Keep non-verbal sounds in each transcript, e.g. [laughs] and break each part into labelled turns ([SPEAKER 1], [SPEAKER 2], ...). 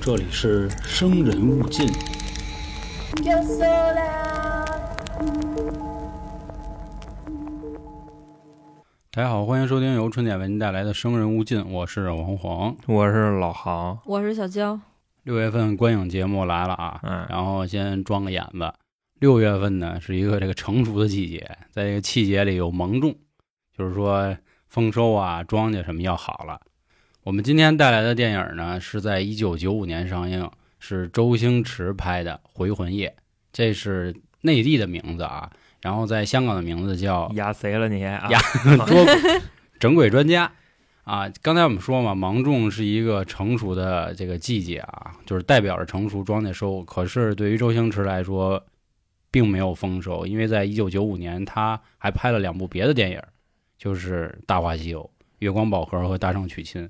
[SPEAKER 1] 这里是《生人勿进》。
[SPEAKER 2] Yo sola,
[SPEAKER 3] 大家好，欢迎收听由春点为您带来的《生人勿近》，我是王黄。
[SPEAKER 4] 我是老航，
[SPEAKER 5] 我是小娇，
[SPEAKER 3] 六月份观影节目来了啊，
[SPEAKER 4] 嗯
[SPEAKER 3] 然后先装个眼子。六月份呢是一个这个成熟的季节，在这个季节里有芒种，就是说丰收啊、庄稼什么要好了。我们今天带来的电影呢是在一九九五年上映，是周星驰拍的《回魂夜》，这是内地的名字啊，然后在香港的名字叫
[SPEAKER 4] [laughs] 压谁了你啊？
[SPEAKER 3] 压 [laughs] 捉整鬼专家啊！刚才我们说嘛，芒种是一个成熟的这个季节啊，就是代表着成熟庄稼收。可是对于周星驰来说，并没有丰收，因为在一九九五年他还拍了两部别的电影，就是《大话西游》《月光宝盒》和《大圣娶亲》。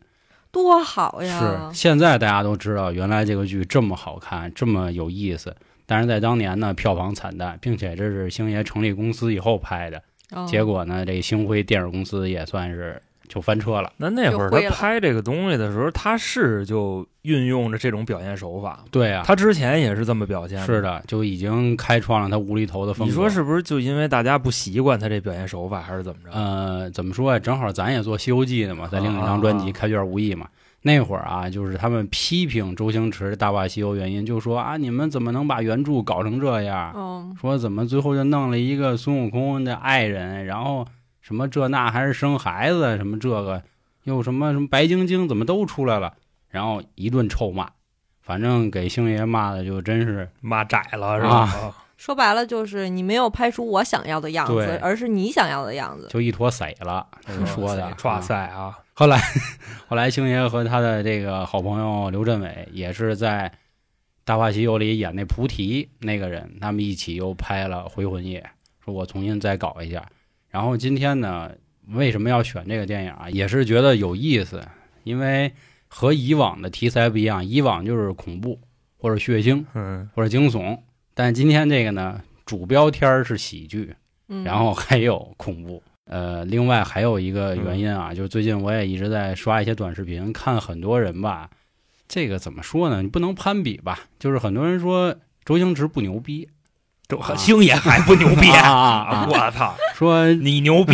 [SPEAKER 5] 多好
[SPEAKER 3] 是
[SPEAKER 5] 哎呀！
[SPEAKER 3] 现在大家都知道，原来这个剧这么好看，这么有意思。但是在当年呢，票房惨淡，并且这是星爷成立公司以后拍的，
[SPEAKER 4] 嗯
[SPEAKER 5] 哦
[SPEAKER 3] 结果呢，这星辉电影公司也算是就翻车了。
[SPEAKER 4] 那那会儿
[SPEAKER 5] 就灰
[SPEAKER 4] 他
[SPEAKER 5] 了
[SPEAKER 4] 拍这个东西的时候，他是就运用着这种表现手法，
[SPEAKER 3] 对啊，
[SPEAKER 4] 他之前也是这么表现。
[SPEAKER 3] 是，的，就已经开创了他无厘头的风
[SPEAKER 4] 你
[SPEAKER 3] 格。
[SPEAKER 4] 说？是不是就因为大家不习惯他这表现手法，还是怎么着？
[SPEAKER 3] 呃，怎么说呀、正好咱也做《西游记》的嘛，在另一张专
[SPEAKER 4] 啊啊
[SPEAKER 3] 辑
[SPEAKER 4] 啊
[SPEAKER 3] 开卷无益嘛。那会儿啊，就是他们批评周星驰《大话西游》原因，就说啊，你们怎么能把原著搞成这样？
[SPEAKER 5] 哦，
[SPEAKER 3] 说怎么最后就弄了一个孙悟空的爱人，然后什么这那还是生孩子，什么这个又什么什么白晶晶怎么都出来了，然后一顿臭骂，反正给星爷骂的就真是
[SPEAKER 4] 骂窄
[SPEAKER 3] 啊
[SPEAKER 4] 了
[SPEAKER 3] [laughs]
[SPEAKER 4] 是吧？
[SPEAKER 5] 说白了就是你没有拍出我想要的样
[SPEAKER 3] 对
[SPEAKER 5] 子，而是你想要的样子。
[SPEAKER 3] 就一坨屎了，这么说
[SPEAKER 4] [laughs]
[SPEAKER 3] 的。
[SPEAKER 4] 哇
[SPEAKER 3] 啊
[SPEAKER 4] 塞啊！
[SPEAKER 3] 后来， [laughs] 后来星爷和他的这个好朋友刘镇伟也是在《大话西游》里演那菩提那个人，他们一起又拍了《回魂夜》，说我重新再搞一下。然后今天呢，为什么要选这个电影啊？也是觉得有意思，因为和以往的题材不一样，以往就是恐怖或者血腥
[SPEAKER 4] 嗯，
[SPEAKER 3] 或者惊悚，但今天这个呢，主标天儿是喜剧，
[SPEAKER 5] 嗯，
[SPEAKER 3] 然后还有恐怖。呃，另外还有一个原因
[SPEAKER 4] 嗯
[SPEAKER 3] 啊，就是最近我也一直在刷一些短视频，看很多人吧，这个怎么说呢？你不能攀比吧？就是很多人说周星驰不牛逼，
[SPEAKER 4] 都
[SPEAKER 3] 啊
[SPEAKER 4] 星爷还不牛逼
[SPEAKER 3] 啊啊啊
[SPEAKER 4] [laughs] 我操，
[SPEAKER 3] 说
[SPEAKER 4] 你牛逼，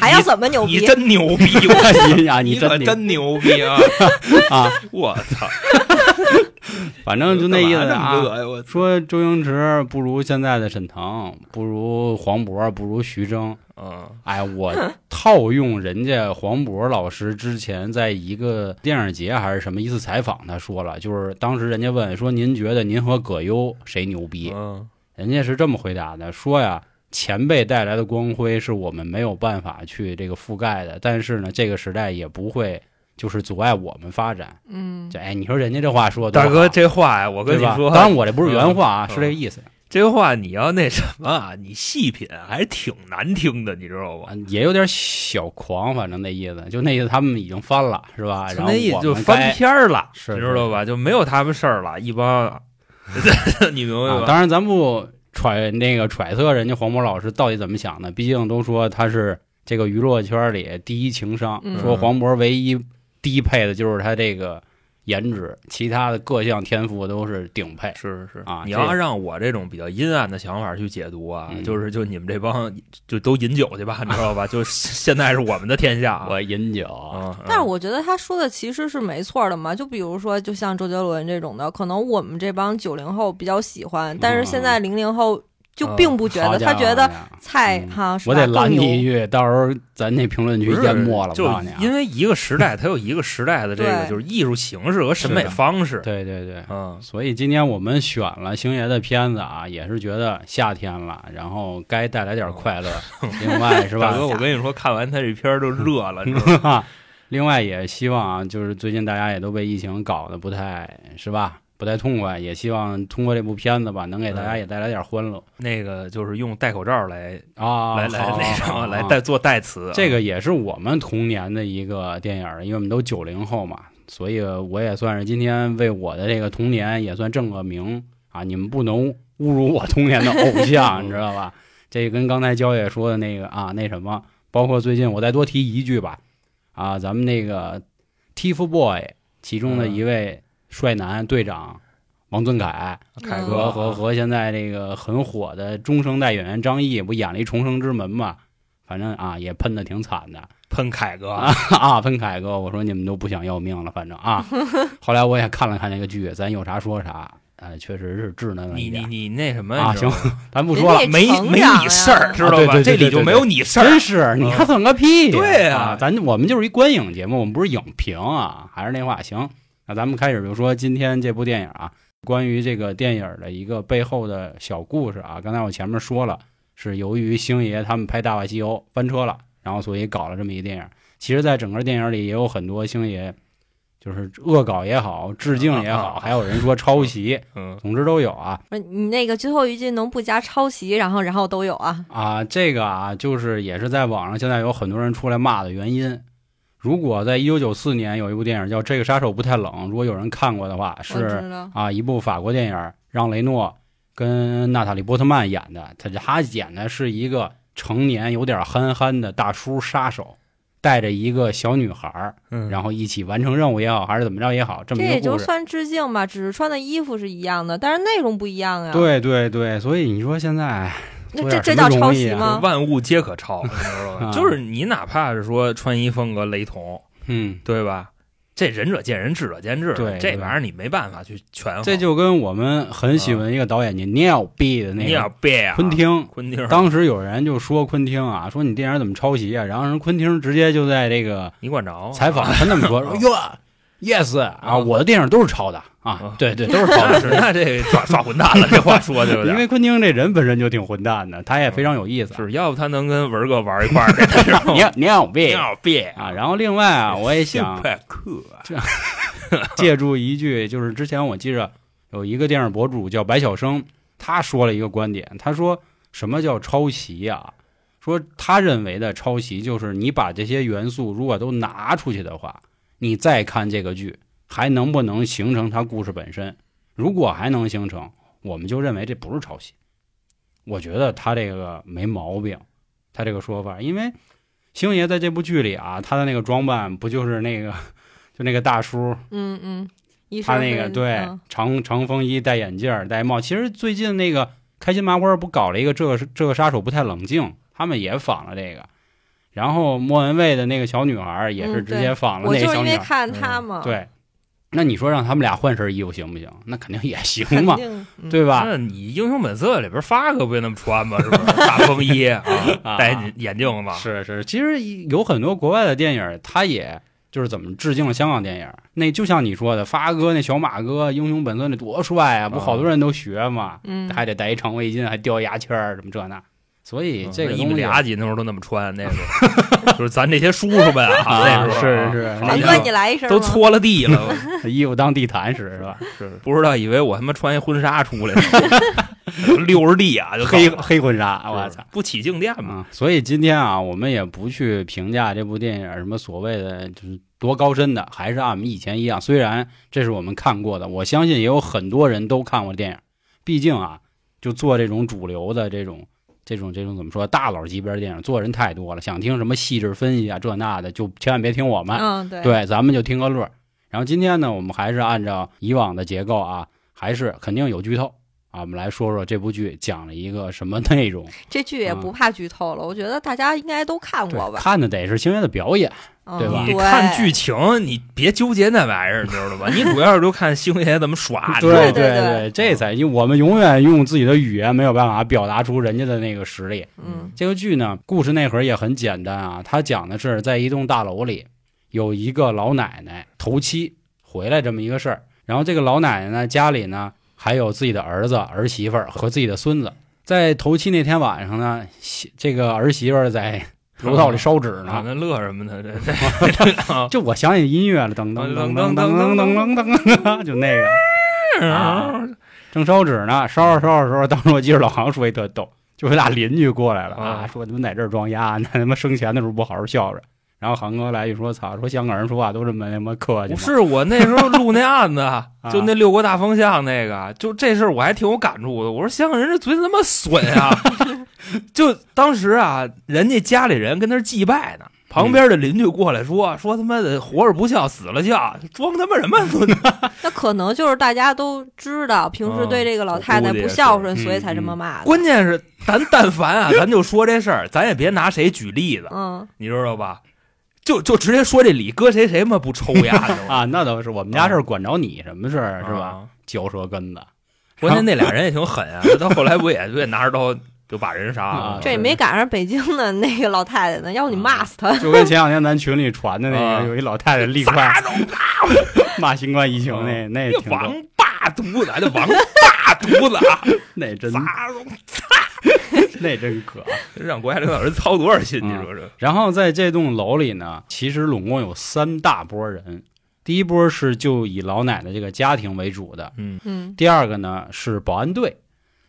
[SPEAKER 5] 还要怎么牛
[SPEAKER 4] 你
[SPEAKER 5] 逼？
[SPEAKER 4] 真牛
[SPEAKER 3] [laughs]
[SPEAKER 4] 逼！我
[SPEAKER 3] 你啊，
[SPEAKER 4] 你
[SPEAKER 3] 真
[SPEAKER 4] 可
[SPEAKER 3] 牛
[SPEAKER 4] 真牛逼啊！
[SPEAKER 3] 啊，
[SPEAKER 4] [laughs] 我操，
[SPEAKER 3] 反正就那意思啊。
[SPEAKER 4] 干嘛这么乐呀我操
[SPEAKER 3] 说周星驰不如现在的沈腾，不如黄渤，不如徐峥，
[SPEAKER 4] 嗯
[SPEAKER 3] 哎，我套用人家黄渤老师之前在一个电影节还是什么一次采访，他说了，就是当时人家问说您觉得您和葛优谁牛逼？
[SPEAKER 4] 嗯，
[SPEAKER 3] 人家是这么回答的，说呀，前辈带来的光辉是我们没有办法去这个覆盖的，但是呢，这个时代也不会就是阻碍我们发展。
[SPEAKER 5] 嗯，
[SPEAKER 3] 这哎，你说人家这话说的
[SPEAKER 4] 大
[SPEAKER 3] 多好，
[SPEAKER 4] 哥这话呀，我跟
[SPEAKER 3] 对
[SPEAKER 4] 你
[SPEAKER 3] 吧
[SPEAKER 4] 说，
[SPEAKER 3] 当然我这不是原话啊，
[SPEAKER 4] 嗯
[SPEAKER 3] 是这个意思。
[SPEAKER 4] 这话你要那什么啊，你细品还挺难听的，你知道吧？
[SPEAKER 3] 啊也有点小狂，反正那意思，就那意思，他们已经翻了，是吧？然后
[SPEAKER 4] 那意思
[SPEAKER 3] 我
[SPEAKER 4] 就
[SPEAKER 3] 们该
[SPEAKER 4] 翻篇儿了，
[SPEAKER 3] 是
[SPEAKER 4] 你知道吧？就没有他们事儿了，一帮， [laughs] 你明白
[SPEAKER 3] 啊，
[SPEAKER 4] 吧？
[SPEAKER 3] 当然，咱不揣那个揣测人家黄渤老师到底怎么想的，毕竟都说他是这个娱乐圈里第一情商，
[SPEAKER 5] 嗯
[SPEAKER 3] 说黄渤唯一低配的就是他这个颜值，其他的各项天赋都是顶配。
[SPEAKER 4] 是是
[SPEAKER 3] 啊
[SPEAKER 4] 你
[SPEAKER 3] 这
[SPEAKER 4] 要
[SPEAKER 3] 个
[SPEAKER 4] 让我这种比较阴暗的想法去解读啊，
[SPEAKER 3] 嗯
[SPEAKER 4] 就是就你们这帮就都饮酒
[SPEAKER 3] [laughs]
[SPEAKER 4] 去吧，你知道吧？就现在是我们的天下啊！
[SPEAKER 3] 我饮酒，
[SPEAKER 4] 啊，
[SPEAKER 5] 但是我觉得他说的其实是没错的嘛。就比如说，就像周杰伦这种的，可能我们这帮九零后比较喜欢，但是现在零零后就并不觉
[SPEAKER 3] 嗯呃好
[SPEAKER 5] 得，
[SPEAKER 3] 家
[SPEAKER 5] 他
[SPEAKER 3] 伙
[SPEAKER 5] 觉得
[SPEAKER 3] 呀
[SPEAKER 5] 菜
[SPEAKER 3] 嗯
[SPEAKER 5] 哈，是
[SPEAKER 3] 我
[SPEAKER 5] 吧
[SPEAKER 3] 得拦
[SPEAKER 5] 更牛
[SPEAKER 3] 你一句，到时候咱那评论区
[SPEAKER 4] 不是
[SPEAKER 3] 淹没了，我
[SPEAKER 4] 就
[SPEAKER 3] 告诉你啊！
[SPEAKER 4] 因为一个时代它有一个时代的这个
[SPEAKER 5] 对
[SPEAKER 4] 就是艺术形式和审
[SPEAKER 3] 是
[SPEAKER 4] 美
[SPEAKER 3] 的
[SPEAKER 4] 方式，
[SPEAKER 3] 对对对，
[SPEAKER 4] 嗯，
[SPEAKER 3] 所以今天我们选了星爷的片子啊，也是觉得夏天了，然后该带来点快
[SPEAKER 4] [laughs]
[SPEAKER 3] 乐。另外是吧
[SPEAKER 4] 大？哥，我跟你说，看完他这片儿
[SPEAKER 3] [laughs]
[SPEAKER 4] 都热了，你知道吗？
[SPEAKER 3] 另外也希望啊，就是最近大家也都被疫情搞得不太是吧，不太痛快，也希望通过这部片子吧，能给大
[SPEAKER 4] 嗯
[SPEAKER 3] 家也带来点欢乐
[SPEAKER 4] 那个就是用戴口罩来
[SPEAKER 3] 啊，
[SPEAKER 4] 来来
[SPEAKER 3] 好
[SPEAKER 4] 那什
[SPEAKER 3] 好
[SPEAKER 4] 么来
[SPEAKER 3] 好
[SPEAKER 4] 代做代词啊，
[SPEAKER 3] 这个也是我们童年的一个电影儿，因为我们都九零后嘛，所以我也算是今天为我的这个童年也算正个名啊！你们不能侮辱我童年的偶像，你知道吧？这跟刚才焦野说的那个啊，那什么，包括最近我再多提一句吧，啊，咱们那个 TFBOY 其中的一位帅男队长王俊凯
[SPEAKER 4] 凯
[SPEAKER 5] 嗯
[SPEAKER 3] 和
[SPEAKER 4] 哥
[SPEAKER 3] 和和现在这个很火的中生代演员张译，不演了一《重生之门》嘛？反正啊，也喷的挺惨的 [laughs]
[SPEAKER 4] 喷凯哥，
[SPEAKER 3] 啊！喷凯哥，我说你们都不想要命了，反正
[SPEAKER 4] [laughs]
[SPEAKER 3] 啊。后来我也看了看那个剧，咱有啥说啥，哎，确实是稚嫩了
[SPEAKER 4] 你
[SPEAKER 3] 一
[SPEAKER 4] 你
[SPEAKER 3] 点
[SPEAKER 4] 你那什么
[SPEAKER 3] 啊。
[SPEAKER 4] 你知道
[SPEAKER 3] 行
[SPEAKER 4] 吗，
[SPEAKER 3] 咱不说了，
[SPEAKER 5] 人家
[SPEAKER 4] 没
[SPEAKER 5] 成长
[SPEAKER 4] 没你
[SPEAKER 5] 呀
[SPEAKER 4] 事儿，知道
[SPEAKER 3] 啊对
[SPEAKER 4] 吧？
[SPEAKER 3] 对对
[SPEAKER 4] 这里
[SPEAKER 3] 对
[SPEAKER 4] 就
[SPEAKER 3] 对
[SPEAKER 4] 没有你事
[SPEAKER 3] 真
[SPEAKER 4] 儿。
[SPEAKER 3] 是你
[SPEAKER 4] 嗯
[SPEAKER 3] 还算个屁！
[SPEAKER 4] 对呀
[SPEAKER 3] 啊，咱我们就是一观影节目，我们不是影评啊。还是那话，行，那咱们开始，比如说今天这部电影啊，关于这个电影的一个背后的小故事啊。刚才我前面说了，是由于星爷他们拍《大话西游》翻车了，然后所以搞了这么一电影。其实，在整个电影里也有很多星爷，就是恶搞也好，致敬也
[SPEAKER 4] 啊啊
[SPEAKER 3] 好，
[SPEAKER 4] 啊
[SPEAKER 3] 还有人说抄袭，
[SPEAKER 4] 嗯，
[SPEAKER 3] 总之都有啊。
[SPEAKER 5] 不是你那个最后一句能不加抄袭，然后然后都有啊。
[SPEAKER 3] 啊，这个啊，就是也是在网上现在有很多人出来骂的原因。如果在一九九四年有一部电影叫《这个杀手不太冷》，如果有人看过的话，
[SPEAKER 5] 我
[SPEAKER 3] 是
[SPEAKER 5] 知道，
[SPEAKER 3] 啊，一部法国电影，让雷诺跟娜塔莉波特曼演的。他他演的是一个成年有点憨憨的大叔杀手，带着一个小女孩儿，
[SPEAKER 4] 嗯
[SPEAKER 3] 然后一起完成任务也好，还是怎么着也好，这么
[SPEAKER 5] 这
[SPEAKER 3] 一
[SPEAKER 5] 也
[SPEAKER 3] 个
[SPEAKER 5] 就
[SPEAKER 3] 故事。
[SPEAKER 5] 算致敬吧，只是穿的衣服是一样的，但是内容不一样呀。，
[SPEAKER 3] 对对对，所以你说现在
[SPEAKER 5] 那
[SPEAKER 3] 有
[SPEAKER 5] 这
[SPEAKER 3] 点
[SPEAKER 5] 这
[SPEAKER 3] 什
[SPEAKER 5] 叫
[SPEAKER 3] 么
[SPEAKER 5] 抄
[SPEAKER 3] 容易
[SPEAKER 5] 袭
[SPEAKER 3] 啊
[SPEAKER 5] 吗？
[SPEAKER 4] 万物皆可
[SPEAKER 3] [laughs]
[SPEAKER 4] 抄，你知道
[SPEAKER 3] 啊
[SPEAKER 4] 吧？就是你哪怕是说穿衣风格雷同，
[SPEAKER 3] 嗯，
[SPEAKER 4] 对吧？这仁者见仁，智者见智，
[SPEAKER 3] 对
[SPEAKER 4] 这
[SPEAKER 3] 对
[SPEAKER 4] 玩意儿你没办法去权衡。
[SPEAKER 3] 这就跟我们很
[SPEAKER 5] 嗯
[SPEAKER 3] 喜欢一个导演叫尿逼的那
[SPEAKER 4] 你要
[SPEAKER 3] 个
[SPEAKER 4] 别啊
[SPEAKER 3] 昆，汀，
[SPEAKER 4] 昆汀，
[SPEAKER 3] 当时有人就说昆汀啊，说你电影怎么抄袭啊？然后人昆汀直接就在这个
[SPEAKER 4] 你管着啊
[SPEAKER 3] 采访他那么
[SPEAKER 4] [laughs]
[SPEAKER 3] 说，说哟，yes 啊，
[SPEAKER 4] 啊
[SPEAKER 3] 我的电影都是抄的啊
[SPEAKER 4] 啊，
[SPEAKER 3] 对
[SPEAKER 4] [laughs]
[SPEAKER 3] 对，都是抄
[SPEAKER 4] 啊
[SPEAKER 3] 的。
[SPEAKER 4] 是那这耍耍混蛋了，这话说的有
[SPEAKER 3] 因
[SPEAKER 4] 点。
[SPEAKER 3] 为昆汀这人本身就挺混蛋的，他也非常有意思。
[SPEAKER 4] 是要不他能跟文哥玩一
[SPEAKER 3] [laughs]
[SPEAKER 4] 块儿呢？这是
[SPEAKER 3] 尿尿逼
[SPEAKER 4] 尿别
[SPEAKER 3] 啊！然后另外啊，我
[SPEAKER 4] [laughs]
[SPEAKER 3] 也想
[SPEAKER 4] 快克啊
[SPEAKER 3] [laughs] 借助一句，就是之前我记着有一个电影博主叫白晓生，他说了一个观点，他说什么叫抄袭呀、说他认为的抄袭就是你把这些元素如果都拿出去的话，你再看这个剧还能不能形成它故事本身？如果还能形成，我们就认为这不是抄袭。我觉得他这个没毛病，他这个说法，因为星爷在这部剧里啊，他的那个装扮不就是那个 [laughs] 就那个大叔
[SPEAKER 5] 嗯嗯，医
[SPEAKER 3] 他
[SPEAKER 5] 生
[SPEAKER 3] 那个
[SPEAKER 5] 是
[SPEAKER 3] 对、
[SPEAKER 5] 嗯
[SPEAKER 3] 长长风衣、戴眼镜儿、戴帽，其实最近那个开心麻花不搞了一个这个这个杀手不太冷静，他们也仿了这个。然后莫文蔚的那个小女孩儿也是
[SPEAKER 5] 嗯
[SPEAKER 3] 直
[SPEAKER 5] 对
[SPEAKER 3] 接仿了
[SPEAKER 5] 我
[SPEAKER 3] 那
[SPEAKER 5] 就
[SPEAKER 3] 个
[SPEAKER 5] 是
[SPEAKER 3] 小
[SPEAKER 5] 因
[SPEAKER 3] 女
[SPEAKER 5] 为
[SPEAKER 3] 孩儿。嗯
[SPEAKER 5] 看他嘛，
[SPEAKER 3] 对，那你说让他们俩换身衣服行不行？那肯定也行嘛，
[SPEAKER 5] 定嗯
[SPEAKER 3] 对吧？
[SPEAKER 4] 那你《英雄本色》里边发哥不就那么穿吗？ [laughs] 是不是大风衣啊，戴眼镜子，
[SPEAKER 3] 是是，其实有很多国外的电影，它也就是怎么致敬了香港电影。那就像你说的，发哥那小马哥《英雄本色》那多帅啊，不好多人都学嘛。
[SPEAKER 5] 嗯，
[SPEAKER 3] 还得戴一长围巾，还掉牙签儿什么这那，所以这个
[SPEAKER 4] 一
[SPEAKER 3] 东
[SPEAKER 4] 米
[SPEAKER 3] 西啊
[SPEAKER 4] 俩嗯几那时候都那么穿，那时 [laughs] 候就是咱这些叔叔们啊，那时候
[SPEAKER 3] 是
[SPEAKER 4] 啊
[SPEAKER 3] 是
[SPEAKER 4] 好
[SPEAKER 5] 南
[SPEAKER 4] 家
[SPEAKER 5] 哥
[SPEAKER 4] 伙
[SPEAKER 5] 你来一声
[SPEAKER 4] 都
[SPEAKER 5] 吗
[SPEAKER 4] 搓了地 [laughs] 了，
[SPEAKER 3] 衣服当地毯使是吧？
[SPEAKER 4] 不知道以为我他妈穿一婚纱出来了， [laughs] 六十 D [laughs] 啊，就搞
[SPEAKER 3] 黑
[SPEAKER 4] 了啊
[SPEAKER 3] 黑婚纱，
[SPEAKER 4] 是
[SPEAKER 3] 我操！
[SPEAKER 4] 不起静电嘛，
[SPEAKER 3] 啊，所以今天啊，我们也不去评价这部电影什么所谓的就是多高深的，还是按我们以前一样。虽然这是我们看过的，我相信也有很多人都看过电影。毕竟啊，就做这种主流的这种这种这种怎么说大佬级别的电影，做人太多了。想听什么细致分析啊这那的，就千万别听我们。
[SPEAKER 5] 嗯对，
[SPEAKER 3] 对，咱们就听个乐儿。然后今天呢，我们还是按照以往的结构啊，还是肯定有剧透啊。我们来说说这部剧讲了一个什么内 [laughs] 容。
[SPEAKER 5] 这剧也
[SPEAKER 3] 嗯
[SPEAKER 5] 不怕剧透了，我觉得大家应该都看过吧，
[SPEAKER 3] 看的得是星爷的表演，
[SPEAKER 5] 嗯
[SPEAKER 3] 对吧
[SPEAKER 4] 你看剧情，你别纠结那玩意儿，你知道 [laughs] 吧？你主要是就看星爷怎么耍，你知道
[SPEAKER 3] 对
[SPEAKER 4] 吗
[SPEAKER 5] 对对
[SPEAKER 3] 对，啊这才因为我们永远用自己的语言没有办法表达出人家的那个实力。
[SPEAKER 5] 嗯
[SPEAKER 3] 这个剧呢，故事内核也很简单啊，它讲的是在一栋大楼里有一个老奶奶头七回来这么一个事儿。然后这个老奶奶呢，家里呢还有自己的儿子、儿媳妇儿和自己的孙子。在头七那天晚上呢，媳这个儿媳妇儿在楼道里烧纸
[SPEAKER 4] 啊，
[SPEAKER 3] 呢。
[SPEAKER 4] 那乐什么呢？这啊
[SPEAKER 3] 就我想起音乐了，噔噔噔噔噔噔噔噔噔，就那个。
[SPEAKER 4] 这
[SPEAKER 3] 啊正烧纸呢，烧
[SPEAKER 4] 嗯
[SPEAKER 3] 着烧着时候，当时我记着老航说一特逗，就我俩邻居过来了啊，
[SPEAKER 4] 啊
[SPEAKER 3] 说你们在这儿装鸭， [laughs] 那他妈生前的时候不好好孝顺。然后航哥来一说，操，说香港人说话都这么他妈客气
[SPEAKER 4] 不
[SPEAKER 3] 吗？
[SPEAKER 4] 是我那时候录那案子，啊就那六国大风向那个，就这事儿我还挺有感触的。我说香港人这嘴他妈损啊！就当时啊，人家家里人跟那儿祭拜呢，旁边的邻居过来说说他妈的活着不孝死了孝，装他妈什么啊孙子？
[SPEAKER 5] 那可能就是大家都知道，平时对这个老太太不孝顺，
[SPEAKER 3] 嗯
[SPEAKER 5] 所以才这么骂的。
[SPEAKER 4] [laughs] 关键是咱但凡啊，咱就说这事儿，咱也别拿谁举例子，
[SPEAKER 5] 嗯，
[SPEAKER 4] 你知道吧？就就直接说这李搁谁谁嘛不抽丫的
[SPEAKER 3] 啊，那倒是，我们
[SPEAKER 4] 嗯
[SPEAKER 3] 家事儿管着你什么事儿是吧？
[SPEAKER 4] 啊？
[SPEAKER 3] 嚼舌根子
[SPEAKER 4] 关键那俩人也挺狠啊，到后来不也不也拿着刀就把人杀
[SPEAKER 3] 啊
[SPEAKER 4] 了？
[SPEAKER 5] 这也没赶上北京的那个老太太呢，要不你
[SPEAKER 3] 嗯
[SPEAKER 5] 骂死她。
[SPEAKER 3] 就跟前两天咱群里传的那
[SPEAKER 4] 啊
[SPEAKER 3] 个，有一老太太立块
[SPEAKER 4] 砸
[SPEAKER 3] 骂新冠疫情那
[SPEAKER 4] 嗯
[SPEAKER 3] 那也挺
[SPEAKER 4] 王
[SPEAKER 3] 逗，
[SPEAKER 4] 八犊子，这王八犊子啊！
[SPEAKER 3] 那真
[SPEAKER 4] 砸了
[SPEAKER 3] 那真可。
[SPEAKER 4] 让国家领导人操多少心？你说这
[SPEAKER 3] 然后在这栋楼里呢，其实拢共有三大波人，第一波是就以老奶奶这个家庭为主的，
[SPEAKER 5] 嗯，
[SPEAKER 3] 第二个呢是保安队，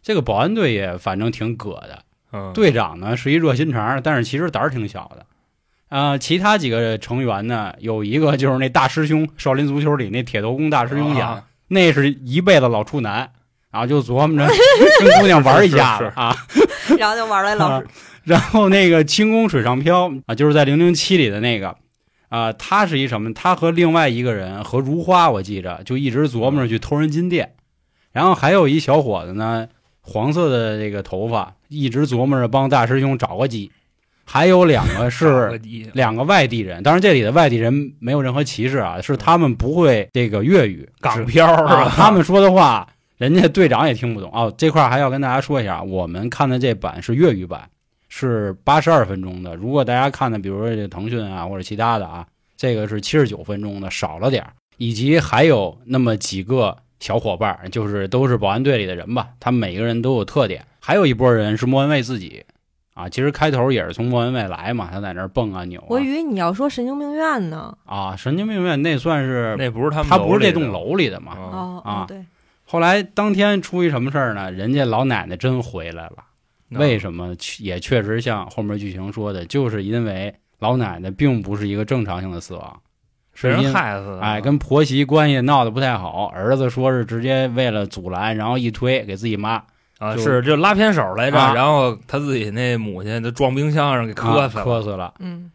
[SPEAKER 3] 这个保安队也反正挺葛的，，
[SPEAKER 4] 嗯
[SPEAKER 3] 队长呢是一热心肠，但是其实胆儿挺小的。呃，其他几个成员呢，有一个就是那大师兄，少林足球里那铁头功大师兄演，
[SPEAKER 4] 啊
[SPEAKER 3] 那是一辈子老处男，然后就琢
[SPEAKER 4] [laughs]
[SPEAKER 3] 磨着跟姑娘玩一下子
[SPEAKER 4] 是是
[SPEAKER 3] 啊。
[SPEAKER 5] 嗯然后就
[SPEAKER 3] [laughs]
[SPEAKER 5] 玩了 [laughs] 老
[SPEAKER 3] 啊，然后那个轻功水上漂啊，就是在《零零七》里的那个啊，他是一什么？他和另外一个人和如花，我记着就一直琢磨着去偷人金店。然后还有一小伙子呢，黄色的这个头发，一直琢磨着帮大师兄找个鸡。还有两个
[SPEAKER 4] 个 [laughs]
[SPEAKER 3] 是
[SPEAKER 4] 低
[SPEAKER 3] 两个外地人，当然这里的外地人没有任何歧视啊，是他们不会这个粤语，
[SPEAKER 4] 港漂是
[SPEAKER 3] 啊
[SPEAKER 4] 吧？，
[SPEAKER 3] 他们说的话，人家队长也听不懂哦。这块儿还要跟大家说一下，啊我们看的这版是粤语版，是八十二分钟的。如果大家看的，比如说这腾讯啊或者其他的啊，这个是七十九分钟的，少了点儿。以及还有那么几个小伙伴儿，就是都是保安队里的人吧，他们每个人都有特点。还有一波人是莫文蔚自己啊，其实开头也是从莫文蔚来嘛，他在那儿蹦啊扭啊
[SPEAKER 5] 我以为你要说神经病院呢。
[SPEAKER 3] 啊，神经病院那算是
[SPEAKER 4] 那不是他们，
[SPEAKER 3] 他不是这栋楼里的嘛，
[SPEAKER 4] 啊，
[SPEAKER 5] 哦
[SPEAKER 3] 啊
[SPEAKER 5] 哦，对，
[SPEAKER 3] 后来当天出一什么事儿呢？人家老奶奶真回来了。为
[SPEAKER 4] 么？
[SPEAKER 3] 什么？也确实像后面剧情说的，就是因为老奶奶并不是一个正常性的死亡，
[SPEAKER 4] 被
[SPEAKER 3] 是因
[SPEAKER 4] 人害死的，啊
[SPEAKER 3] 哎跟婆媳关系闹得不太好。儿子说是直接为了阻拦，然后一推给自己妈
[SPEAKER 4] 啊
[SPEAKER 3] 就是
[SPEAKER 4] 就拉偏手来着，
[SPEAKER 3] 啊
[SPEAKER 4] 然后他自己那母亲就撞冰箱上给
[SPEAKER 3] 磕
[SPEAKER 4] 啊磕
[SPEAKER 3] 死
[SPEAKER 4] 死
[SPEAKER 3] 了，
[SPEAKER 4] 了，
[SPEAKER 3] 磕死了。
[SPEAKER 5] 嗯，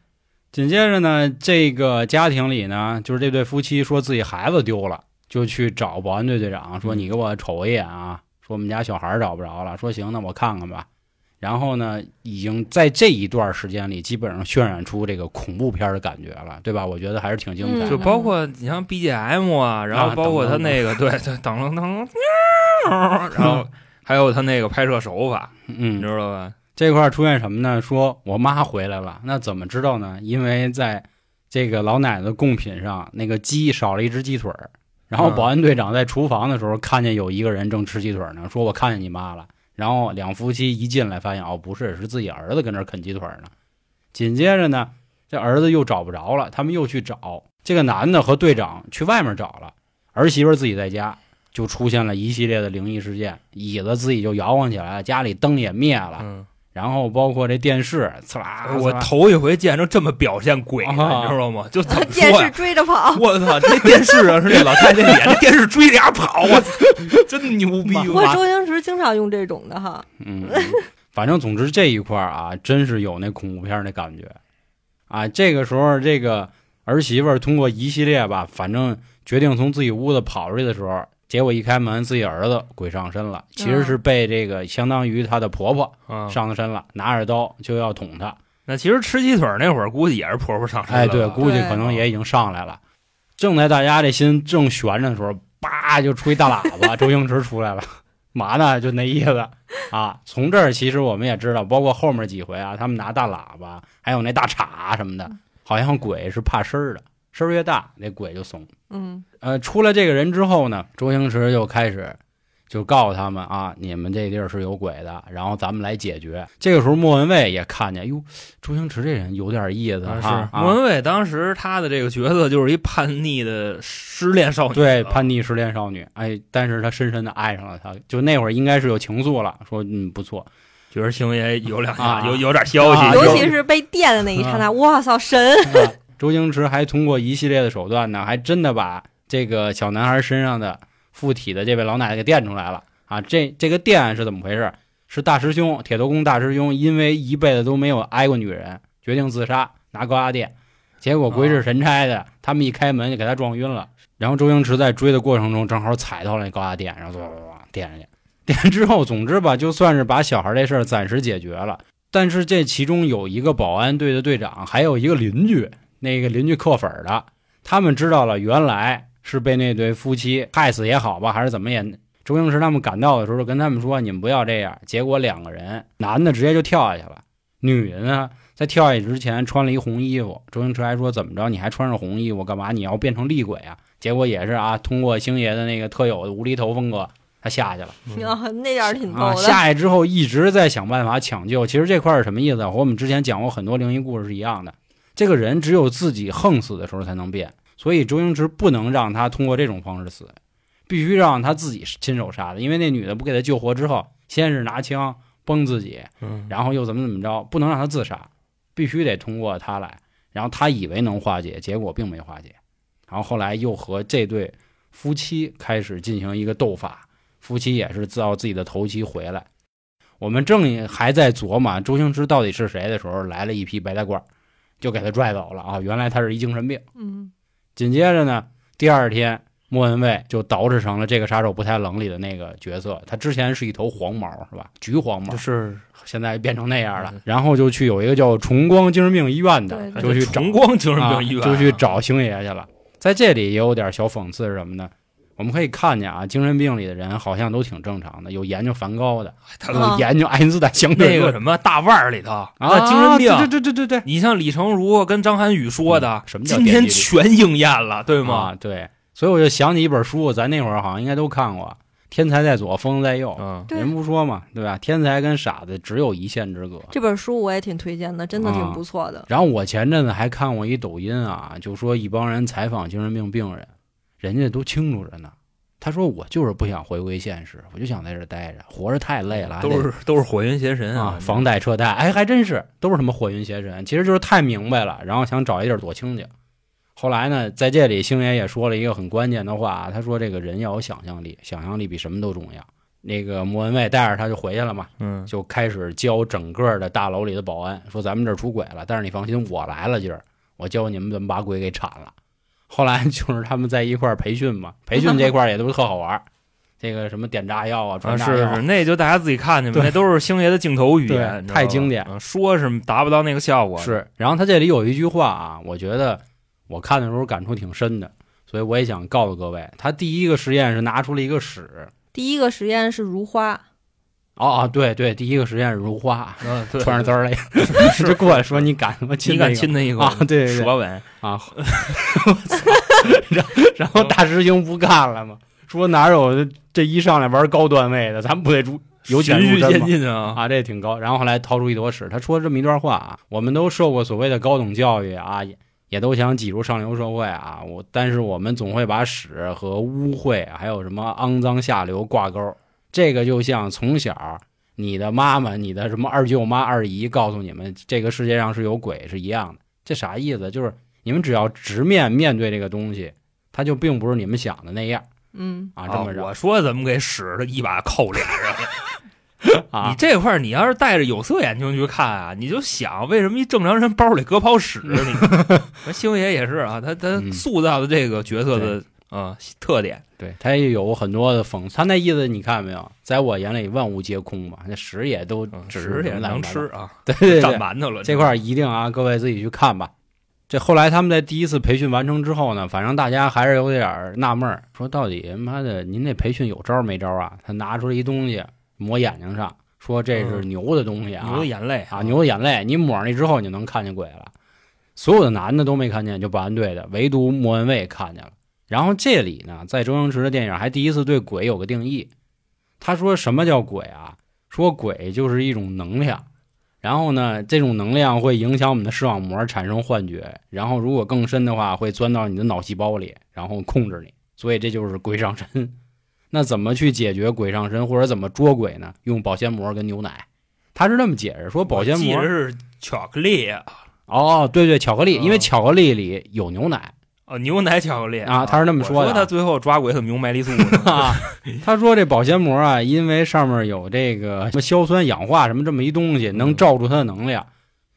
[SPEAKER 3] 紧接着呢，这个家庭里呢，就是这对夫妻说自己孩子丢了，就去找保安队队长说：“
[SPEAKER 4] 嗯
[SPEAKER 3] 你给我瞅一眼啊！”说我们家小孩找不着了。说行，那我看看吧。然后呢，已经在这一段时间里，基本上渲染出这个恐怖片的感觉了，对吧？我觉得还是挺精彩
[SPEAKER 5] 嗯
[SPEAKER 4] 就
[SPEAKER 3] 的。
[SPEAKER 4] 包括你像 BGM 啊，然后包括他那个对，对，当啷当啷，然 [laughs] 后还有他那个拍摄手法，你知
[SPEAKER 3] 嗯，
[SPEAKER 4] 道吧？
[SPEAKER 3] 这块儿出现什么呢？说我妈回来了，那怎么知道呢？因为在这个老奶奶的贡品上，那个鸡少了一只鸡腿儿。然后
[SPEAKER 4] 嗯
[SPEAKER 3] 保安队长在厨房的时候，看见有一个人正吃鸡腿儿呢，说我看见你妈了。然后两夫妻一进来，发现哦，不是，是自己儿子跟那儿啃鸡腿儿呢。紧接着呢，这儿子又找不着了，他们又去找这个男的和队长去外面找了，儿媳妇儿自己在家，就出现了一系列的灵异事件，椅子自己就摇晃起来了，家里灯也灭了，
[SPEAKER 4] 嗯，
[SPEAKER 3] 然后包括这电视，呲啦，呲
[SPEAKER 4] 我
[SPEAKER 3] 啦
[SPEAKER 4] 头一回见着这么表现鬼的，你
[SPEAKER 3] 啊
[SPEAKER 4] 知道吗？就怎么
[SPEAKER 5] 电
[SPEAKER 4] 说
[SPEAKER 5] 视啊
[SPEAKER 4] 呀？
[SPEAKER 5] 追着
[SPEAKER 3] [laughs]
[SPEAKER 5] 跑。
[SPEAKER 4] 我操！那电视啊，是那老太太脸，那电视追着俩跑，我
[SPEAKER 3] [laughs]
[SPEAKER 4] 操，真牛逼！
[SPEAKER 5] 不过周星驰经常用这种的哈，
[SPEAKER 3] 嗯， [laughs] 反正总之这一块儿啊，真是有那恐怖片儿那感觉啊。这个时候，这个儿媳妇儿通过一系列吧，反正决定从自己屋子跑出去的时候，结果一开门，自己儿子鬼上身了，其实
[SPEAKER 4] 嗯
[SPEAKER 3] 是被这个相当于她的婆婆
[SPEAKER 4] 啊
[SPEAKER 3] 上了身了，拿着刀就要捅她。
[SPEAKER 4] 那其实吃鸡腿儿那会儿，估计也是婆婆上身
[SPEAKER 3] 哎，
[SPEAKER 4] 了
[SPEAKER 3] 对，
[SPEAKER 4] 吧
[SPEAKER 3] 估计可能也已经上来了。正在大家这心正悬着的时候，叭就出一大喇叭， [laughs] 周星驰出来了，嘛呢？就那意思啊。从这儿其实我们也知道，包括后面几回啊，他们拿大喇叭，还有那大叉什么的，好像鬼是怕声儿的，声儿越大，那鬼就怂。
[SPEAKER 5] 嗯，
[SPEAKER 3] 呃，出了这个人之后呢，周星驰就开始就告诉他们啊，你们这地儿是有鬼的，然后咱们来解决。这个时候莫文蔚也看见，哟，周星驰这人有点意思
[SPEAKER 4] 啊
[SPEAKER 3] 哈
[SPEAKER 4] 是莫文蔚当时她的这个角色就是一叛逆的失恋少女，啊
[SPEAKER 3] 对，叛逆失恋少女，哎，但是她深深的爱上了他，就那会儿应该是有情愫了，说嗯不错，
[SPEAKER 4] 觉得星爷有两下
[SPEAKER 3] 啊
[SPEAKER 4] 有有点消息
[SPEAKER 3] 啊，
[SPEAKER 5] 尤其是被电的那一刹那，哇操，神！
[SPEAKER 3] 啊周星驰还通过一系列的手段呢，还真的把这个小男孩身上的附体的这位老奶奶给电出来了啊！这这个电是怎么回事？是大师兄铁头功大师兄因为一辈子都没有挨过女人，决定自杀，拿高压电，结果鬼使神差的，他们一开门就给他撞晕了。然后周星驰在追的过程中，正好踩到了那高压电，然后唰唰唰电上去。电上之后，总之吧，就算是把小孩这事儿暂时解决了。但是这其中有一个保安队的队长，还有一个邻居，那个邻居嗑粉儿的，他们知道了原来是被那对夫妻害死也好吧，还是怎么也。周星驰他们赶到的时候，就跟他们说：“你们不要这样。”结果两个人，男的直接就跳下去了，女的呢，在跳下去之前穿了一红衣服。周星驰还说：“怎么着？你还穿上红衣服干嘛？你要变成厉鬼啊？”结果也是啊，通过星爷的那个特有的无厘头风格，他下去了。
[SPEAKER 5] [laughs] 啊，那点儿挺逗
[SPEAKER 3] 嗯啊，
[SPEAKER 5] 的。
[SPEAKER 3] 下去之后一直在想办法抢救。其实这块儿是什么意思啊？和我们之前讲过很多灵异故事是一样的。这个人只有自己横死的时候才能变，所以周星驰不能让他通过这种方式死，必须让他自己亲手杀的。因为那女的不给他救活之后，先是拿枪崩自己，
[SPEAKER 4] 嗯
[SPEAKER 3] 然后又怎么怎么着，不能让他自杀，必须得通过他来。然后他以为能化解，结果并没化解。然后后来又和这对夫妻开始进行一个斗法，夫妻也是自到自己的头七回来。我们正还在琢磨周星驰到底是谁的时候，来了一批白大褂，就给他拽走了啊！原来他是一精神病。
[SPEAKER 5] 嗯，
[SPEAKER 3] 紧接着呢，第二天莫文蔚就捯饬成了这个杀手不太冷里的那个角色，他之前是一头黄毛是吧？橘黄毛
[SPEAKER 4] 就，是
[SPEAKER 3] 现在变成那样了。然后就去有一个叫崇光精神病医院的，
[SPEAKER 5] 对
[SPEAKER 3] 就去找
[SPEAKER 4] 哎崇光精神病医院，
[SPEAKER 3] 啊就去找星爷去了。在这里也有点小讽刺是什么呢？我们可以看见啊，精神病里的人好像都挺正常的，有研究梵高的，
[SPEAKER 4] 他
[SPEAKER 5] 啊
[SPEAKER 3] 有研究爱因斯坦相对
[SPEAKER 4] 那
[SPEAKER 3] 论
[SPEAKER 4] 个什么大腕儿里头
[SPEAKER 3] 啊，
[SPEAKER 4] 精神病，
[SPEAKER 3] 对对对对对对，
[SPEAKER 4] 你像李成儒跟张涵予说的
[SPEAKER 3] 嗯，什么叫
[SPEAKER 4] 今天
[SPEAKER 3] 奠基
[SPEAKER 4] 全应验了，对吗？
[SPEAKER 3] 啊对，所以我就想起一本书，咱那会儿好像应该都看过，《天才在左，疯子在右》。
[SPEAKER 4] 嗯，
[SPEAKER 5] 对
[SPEAKER 3] 人不说嘛，对吧？天才跟傻子只有一线之隔。
[SPEAKER 5] 这本书我也挺推荐的，真的
[SPEAKER 3] 啊
[SPEAKER 5] 挺不错的。
[SPEAKER 3] 然后我前阵子还看过一抖音啊，就说一帮人采访精神病病人，人家都清楚着呢。他说我就是不想回归现实，我就想在这儿待着，活着太累了，还得
[SPEAKER 4] 都是都是火云邪神
[SPEAKER 3] 啊，房贷车贷，哎，还真是都是什么火云邪神，其实就是太明白了，然后想找一地儿躲清去。后来呢，在这里星爷也说了一个很关键的话，啊他说这个人要有想象力，想象力比什么都重要。那个莫文蔚带着他就回去了嘛，
[SPEAKER 4] 嗯，
[SPEAKER 3] 就开始教整个的大楼里的保安，说咱们这儿出轨了，但是你放心，我来了，今儿我教你们怎么把鬼给铲了。后来 [laughs] 就是他们在一块儿培训嘛，培训这块儿也都特好玩儿，这个什么点炸药啊，
[SPEAKER 4] 啊
[SPEAKER 3] 传炸
[SPEAKER 4] 是
[SPEAKER 3] 药
[SPEAKER 4] 是，那就大家自己看去吧，
[SPEAKER 3] 对
[SPEAKER 4] 那都是星爷的镜头语言，
[SPEAKER 3] 对
[SPEAKER 4] 你知道吧
[SPEAKER 3] 太经典
[SPEAKER 4] 啊说是达不到那个效果，
[SPEAKER 3] 是，然后他这里有一句话啊，我觉得我看的时候感触挺深的，所以我也想告诉各位，他第一个实验是拿出了一个屎，
[SPEAKER 5] 第一个实验是如花，
[SPEAKER 3] 哦哦，对对，第一个实验是如花， [laughs]
[SPEAKER 4] 嗯，对
[SPEAKER 3] 穿上
[SPEAKER 4] 对
[SPEAKER 3] 字儿
[SPEAKER 4] [laughs]
[SPEAKER 3] 来，就过来说你敢他妈亲
[SPEAKER 4] 你
[SPEAKER 3] 那
[SPEAKER 4] 敢
[SPEAKER 3] 个
[SPEAKER 4] 亲他一口
[SPEAKER 3] 啊？对对对
[SPEAKER 4] 舌吻，
[SPEAKER 3] 啊，我操！然后 [laughs] 然后大师兄不干了嘛，说哪有这一上来玩高段位的，咱们不得出有
[SPEAKER 4] 循
[SPEAKER 3] 钱入
[SPEAKER 4] 序
[SPEAKER 3] 真
[SPEAKER 4] 渐
[SPEAKER 3] 吗？
[SPEAKER 4] 进啊，
[SPEAKER 3] 啊，这挺高。然后后来掏出一坨屎，他说这么一段话啊，我们都受过所谓的高等教育啊，也也都想挤入上流社会啊，我但是我们总会把屎和污秽还有什么肮脏下流挂钩，这个就像从小。你的妈妈、你的什么二舅妈、二姨告诉你们，这个世界上是有鬼是一样的，这啥意思？就是你们只要直面面对这个东西，它就并不是你们想的那样
[SPEAKER 5] 嗯，
[SPEAKER 3] 啊。这么着
[SPEAKER 4] 我说怎么给使的一把扣脸上了？
[SPEAKER 3] 啊
[SPEAKER 4] 你这块儿你要是戴着有色眼镜去看啊，你就想为什么一正常人包里搁泡屎？你 [laughs] 星爷也是啊，他他
[SPEAKER 3] 嗯
[SPEAKER 4] 塑造的这个角色的啊特点，
[SPEAKER 3] 对，他也有很多的讽刺，他那意思你看没有？在我眼里，万物皆空嘛，那屎也都
[SPEAKER 4] 嗯
[SPEAKER 3] 只
[SPEAKER 4] 屎
[SPEAKER 3] 是
[SPEAKER 4] 也能
[SPEAKER 3] 乱七八糟
[SPEAKER 4] 吃。啊，
[SPEAKER 3] [laughs] 对对
[SPEAKER 4] 蘸
[SPEAKER 3] 对，
[SPEAKER 4] 馒头了
[SPEAKER 3] 这块儿一定啊，各位自己去看吧。这后来他们在第一次培训完成之后呢，反正大家还是有点儿纳闷儿，说到底妈的，您这培训有招儿没招儿啊？他拿出了一东西抹眼睛上，说这是
[SPEAKER 4] 嗯
[SPEAKER 3] 牛的东西啊，
[SPEAKER 4] 牛的眼泪
[SPEAKER 3] 啊，牛的眼泪，你抹上去之后你就能看见鬼了。所有的男的都没看见，就保安队的，唯独莫文蔚看见了。然后这里呢，在周星驰的电影还第一次对鬼有个定义，他说什么叫鬼啊？说鬼就是一种能量，然后呢，这种能量会影响我们的视网膜产生幻觉，然后如果更深的话，会钻到你的脑细胞里，然后控制你。所以这就是鬼上身。 [laughs] 那怎么去解决鬼上身，或者怎么捉鬼呢？用保鲜膜跟牛奶。他是这么解释说，保鲜
[SPEAKER 4] 记
[SPEAKER 3] 膜
[SPEAKER 4] 着是巧克力啊，
[SPEAKER 3] 哦，对对，巧克力，因为
[SPEAKER 4] 嗯
[SPEAKER 3] 巧克力里有牛奶
[SPEAKER 4] 哦牛奶巧克力
[SPEAKER 3] 啊他是那么
[SPEAKER 4] 我
[SPEAKER 3] 说
[SPEAKER 4] 说
[SPEAKER 3] 的
[SPEAKER 4] 他最后抓鬼怎么用麦丽素
[SPEAKER 3] [laughs]
[SPEAKER 4] 呢？
[SPEAKER 3] 啊。他说这保鲜膜啊，因为上面有这个什么硝酸氧化什么这么一东西，能罩住它的能量。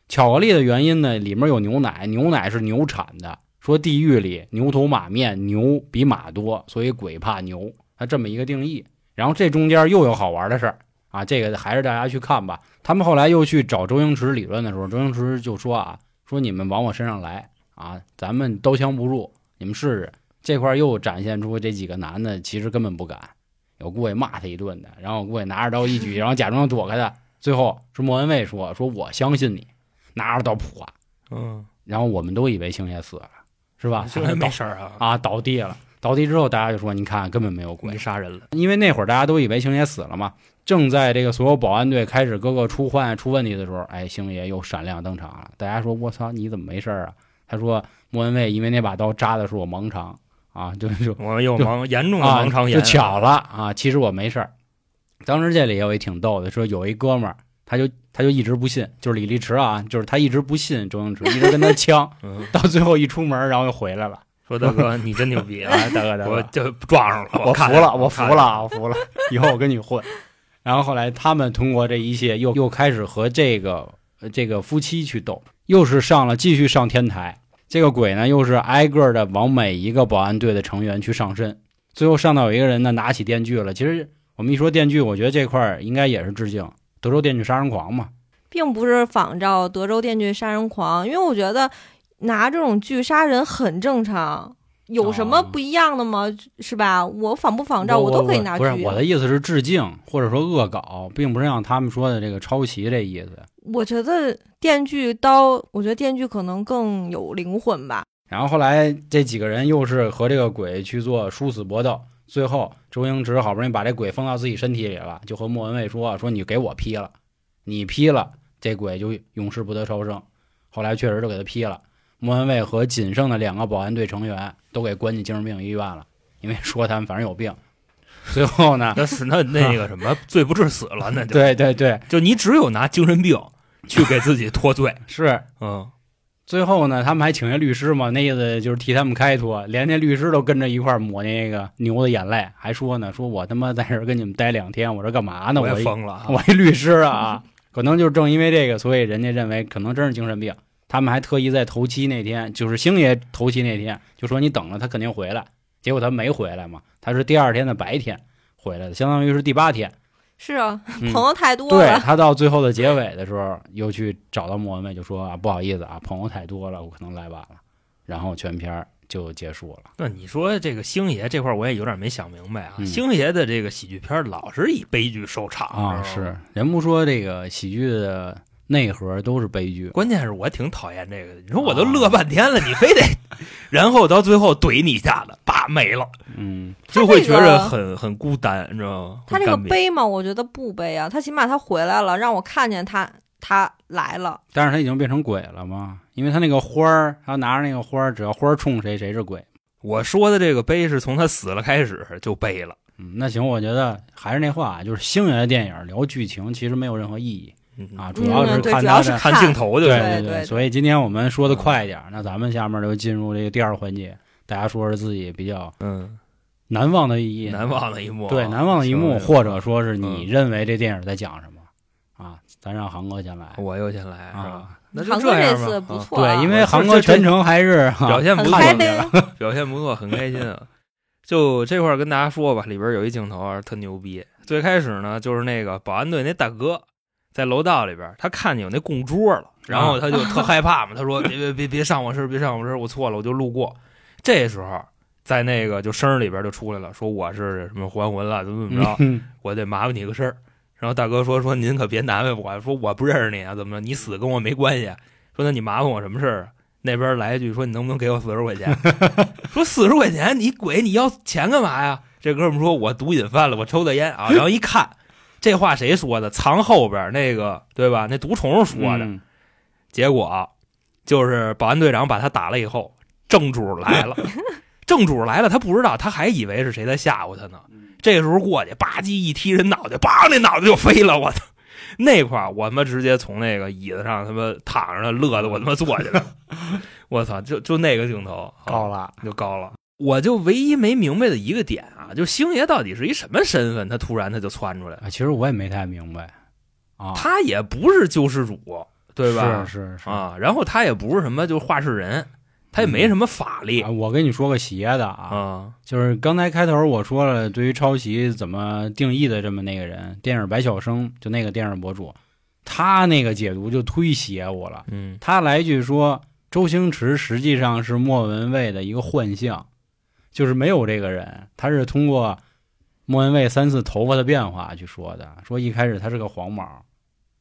[SPEAKER 3] 巧克力的原因呢，里面有牛奶，牛奶是牛产的。说地狱里牛头马面，牛比马多，所以鬼怕牛，它这么一个定义。然后这中间又有好玩的事儿啊，这个还是大家去看吧。他们后来又去找周星驰理论的时候，周星驰就说啊，说你们往我身上来啊，咱们刀枪不入，你们试试。这块儿又展现出这几个男的其实根本不敢，有过去骂他一顿的，然后过去拿着刀一举，然后假装躲开他。最后是莫文蔚说：“说我相信你，拿着刀扑啊。
[SPEAKER 4] 嗯，”
[SPEAKER 3] 然后我们都以为星爷死了，是吧？
[SPEAKER 4] 现在没事儿啊，
[SPEAKER 3] 啊，倒地了。倒地之后，大家就说：“你看，根本没有鬼
[SPEAKER 4] 没。杀人了”。
[SPEAKER 3] 因为那会儿大家都以为星爷死了嘛。正在这个所有保安队开始各个出换出问题的时候，哎，星爷又闪亮登场了。大家说：“我操，你怎么没事儿啊？”他说：“莫文蔚因为那把刀扎的是我盲肠啊，就就
[SPEAKER 4] 我有盲严重的
[SPEAKER 3] 啊，
[SPEAKER 4] 盲肠炎，，
[SPEAKER 3] 就巧了啊。其实我没事儿。当时这里有一挺逗的，说有一哥们儿，他就他就一直不信，就是李立驰啊，就是他一直不信周星驰，一直跟他 [laughs] 呛
[SPEAKER 4] 嗯。
[SPEAKER 3] 到最后一出门，然后又回来了。
[SPEAKER 4] 说大哥，你真牛逼
[SPEAKER 3] [laughs]
[SPEAKER 4] 啊！
[SPEAKER 3] 哎，大哥大
[SPEAKER 4] 我
[SPEAKER 3] 哥，
[SPEAKER 4] 就撞上了，
[SPEAKER 3] 我
[SPEAKER 4] 看
[SPEAKER 3] 服
[SPEAKER 4] 见
[SPEAKER 3] 了，我服
[SPEAKER 4] 看见，
[SPEAKER 3] 了，啊我服了，以后我跟你混。 [laughs] 然后后来他们通过这一切，又又开始和这个呃这个夫妻去斗，又是上了继续上天台。这个鬼呢，又是挨个的往每一个保安队的成员去上身，最后上到有一个人呢，拿起电锯了。其实我们一说电锯，我觉得这块儿应该也是致敬德州电锯杀人狂嘛。
[SPEAKER 5] 并不是仿照德州电锯杀人狂，因为我觉得拿这种锯杀人很正常，有什么
[SPEAKER 3] 哦
[SPEAKER 5] 不一样的吗？是吧？我仿不仿照
[SPEAKER 3] 我
[SPEAKER 5] 都可以拿
[SPEAKER 3] 不
[SPEAKER 5] 锯
[SPEAKER 3] 是
[SPEAKER 5] 啊。
[SPEAKER 3] 我的意思是致敬，或者说恶搞，并不是像他们说的这个抄袭这意思。
[SPEAKER 5] 我觉得电锯刀，我觉得电锯可能更有灵魂吧。
[SPEAKER 3] 然后后来这几个人又是和这个鬼去做殊死搏斗，最后周星驰好不容易把这鬼封到自己身体里了，就和莫文蔚说：“说你给我劈了，你劈了，这鬼就永世不得超生。”后来确实就给他劈了。莫文蔚和仅剩的两个保安队成员都给关进精神病医院了，因为说他们反正有病。最后呢
[SPEAKER 4] [laughs] 那死那
[SPEAKER 3] [laughs]
[SPEAKER 4] 那个什么，罪不至死了，那就
[SPEAKER 3] 对对对，
[SPEAKER 4] 就你只有拿精神病去给自己
[SPEAKER 3] [laughs]
[SPEAKER 4] 脱罪，
[SPEAKER 3] 是
[SPEAKER 4] 嗯，
[SPEAKER 3] 最后呢，他们还请一律师嘛，那意思就是替他们开脱，连那律师都跟着一块儿抹那个牛的眼泪，还说呢，说我他妈在这儿跟你们待两天，我这干嘛呢？
[SPEAKER 4] 我
[SPEAKER 3] 我
[SPEAKER 4] 也
[SPEAKER 3] 一
[SPEAKER 4] 疯了啊，
[SPEAKER 3] [laughs] 我一律师啊， [laughs] 可能就正因为这个，所以人家认为可能真是精神病。他们还特意在头七那天，就是星爷头七那天，就说你等着他肯定回来，结果他没回来嘛，他是第二天的白天回来的，相当于是第八天。
[SPEAKER 5] 是啊， [laughs]
[SPEAKER 3] 嗯
[SPEAKER 5] 朋友太多
[SPEAKER 3] 对
[SPEAKER 5] 了， [laughs]
[SPEAKER 3] 他到最后的结尾的时候，又去找到莫文蔚，就说啊，不好意思啊，朋友太多了，我可能来晚了。然后全片儿就结束了。
[SPEAKER 4] 那你说这个星爷这块儿我也有点没想明白啊，
[SPEAKER 3] 嗯
[SPEAKER 4] 星爷的这个喜剧片儿老是以悲剧收场
[SPEAKER 3] 啊，
[SPEAKER 4] 知道吗
[SPEAKER 3] 是人不说这个喜剧的内核都是悲剧，
[SPEAKER 4] 关键是我挺讨厌这个的，你说我都
[SPEAKER 3] 啊
[SPEAKER 4] 乐半天了，你
[SPEAKER 3] [laughs]
[SPEAKER 4] 非得，然后到最后怼你一下子，叭没了，
[SPEAKER 3] 嗯，
[SPEAKER 5] 这
[SPEAKER 4] 就
[SPEAKER 5] 个
[SPEAKER 4] 会觉着很很孤单，你知道吗？
[SPEAKER 5] 他这个
[SPEAKER 4] 很干瘪，
[SPEAKER 5] 悲嘛，我觉得不悲啊，他起码他回来了，让我看见他他来了。
[SPEAKER 3] 但是他已经变成鬼了嘛，因为他那个花儿，他拿着那个花儿，只要花儿冲谁，谁是鬼。
[SPEAKER 4] 我说的这个悲是从他死了开始就悲了，
[SPEAKER 3] 嗯，那行，我觉得还是那话，就是星爷的电影聊剧情其实没有任何意义
[SPEAKER 4] 嗯
[SPEAKER 3] 啊，主要
[SPEAKER 5] 嗯，
[SPEAKER 3] 是
[SPEAKER 5] 对，
[SPEAKER 3] 看
[SPEAKER 5] 主
[SPEAKER 3] 他
[SPEAKER 5] 要是
[SPEAKER 3] 的。
[SPEAKER 4] 看镜头就
[SPEAKER 3] 对
[SPEAKER 4] 是
[SPEAKER 5] 对对
[SPEAKER 3] 对
[SPEAKER 5] 对
[SPEAKER 3] 所以今天我们说的快一点，那咱们下面就进入这个第二环节，大家说说自己比较
[SPEAKER 4] 嗯，
[SPEAKER 3] 难忘的一
[SPEAKER 4] 难忘的一幕啊，
[SPEAKER 3] 对难忘的一幕，
[SPEAKER 4] 行
[SPEAKER 3] 或者说是你
[SPEAKER 4] 嗯
[SPEAKER 3] 认为这电影在讲什么、啊？咱让韩哥先来
[SPEAKER 4] 我又先来是吧？
[SPEAKER 3] 啊，
[SPEAKER 4] 那就
[SPEAKER 5] 韩哥
[SPEAKER 4] 样吧
[SPEAKER 5] 次不
[SPEAKER 4] 啊
[SPEAKER 5] 错啊、
[SPEAKER 3] 对，因为韩哥
[SPEAKER 4] 这这
[SPEAKER 3] 全程还是哈
[SPEAKER 4] 表现不
[SPEAKER 5] 很啊
[SPEAKER 4] 错，啊
[SPEAKER 5] 嗨
[SPEAKER 3] 看见
[SPEAKER 5] 呗 [laughs]
[SPEAKER 3] 了。
[SPEAKER 4] [laughs] 表现不错，很开心啊。就这块儿跟大家说吧，里边有一镜头啊特牛逼。最开始呢，就是那个保安队那大哥在楼道里边，他看见有那供桌了，然
[SPEAKER 5] 啊
[SPEAKER 4] 后他就特害怕嘛，他说：“别别别别上我身，别上我身，我错了，我就路过。”这时候，在那个就声儿里边就出来了，说我是什么还魂了，怎么怎么着，
[SPEAKER 3] 嗯
[SPEAKER 4] 我得麻烦你个事儿。然后大哥说：“说您可别难为我，说我不认识你啊，怎么着？你死跟我没关系。啊说那你麻烦我什么事儿啊？”那边来一句说：“你能不能给我四十块钱？” [laughs] 说四十块钱，你鬼，你要钱干嘛呀？这哥们说：“我毒瘾犯了，我抽的烟啊。”然后一看，这话谁说的？藏后边那个对吧？那毒虫说的。
[SPEAKER 3] 嗯
[SPEAKER 4] 结果啊就是保安队长把他打了以后，正主来
[SPEAKER 3] [laughs]
[SPEAKER 4] 了，正主来了，他不知道，他还以为是谁在吓唬他呢。这时候过去，吧唧一踢人脑袋，梆，那脑袋就飞了。我操！那块儿我他妈直接从那个椅子上他妈躺着了，乐的我他妈
[SPEAKER 3] [laughs]
[SPEAKER 4] 坐起来了。我操！就就那个镜头啊
[SPEAKER 3] 高了，
[SPEAKER 4] 就高了。我就唯一没明白的一个点啊，就星爷到底是一什么身份？他突然他就窜出来了，
[SPEAKER 3] 啊其实我也没太明白啊，
[SPEAKER 4] 他也不是救世主，对吧？
[SPEAKER 3] 是是是
[SPEAKER 4] 啊，然后他也不是什么就话事人，他也没什么法力
[SPEAKER 5] 嗯
[SPEAKER 3] 啊我跟你说个邪的啊，
[SPEAKER 4] 啊
[SPEAKER 3] 就是刚才开头我说了，对于抄袭怎么定义的这么那个人，电影白晓生就那个电影博主，他那个解读就忒邪乎了。
[SPEAKER 4] 嗯
[SPEAKER 3] 他来一句说，周星驰实际上是莫文蔚的一个幻象，就是没有这个人，他是通过莫文蔚三次头发的变化去说的，说一开始他是个黄毛，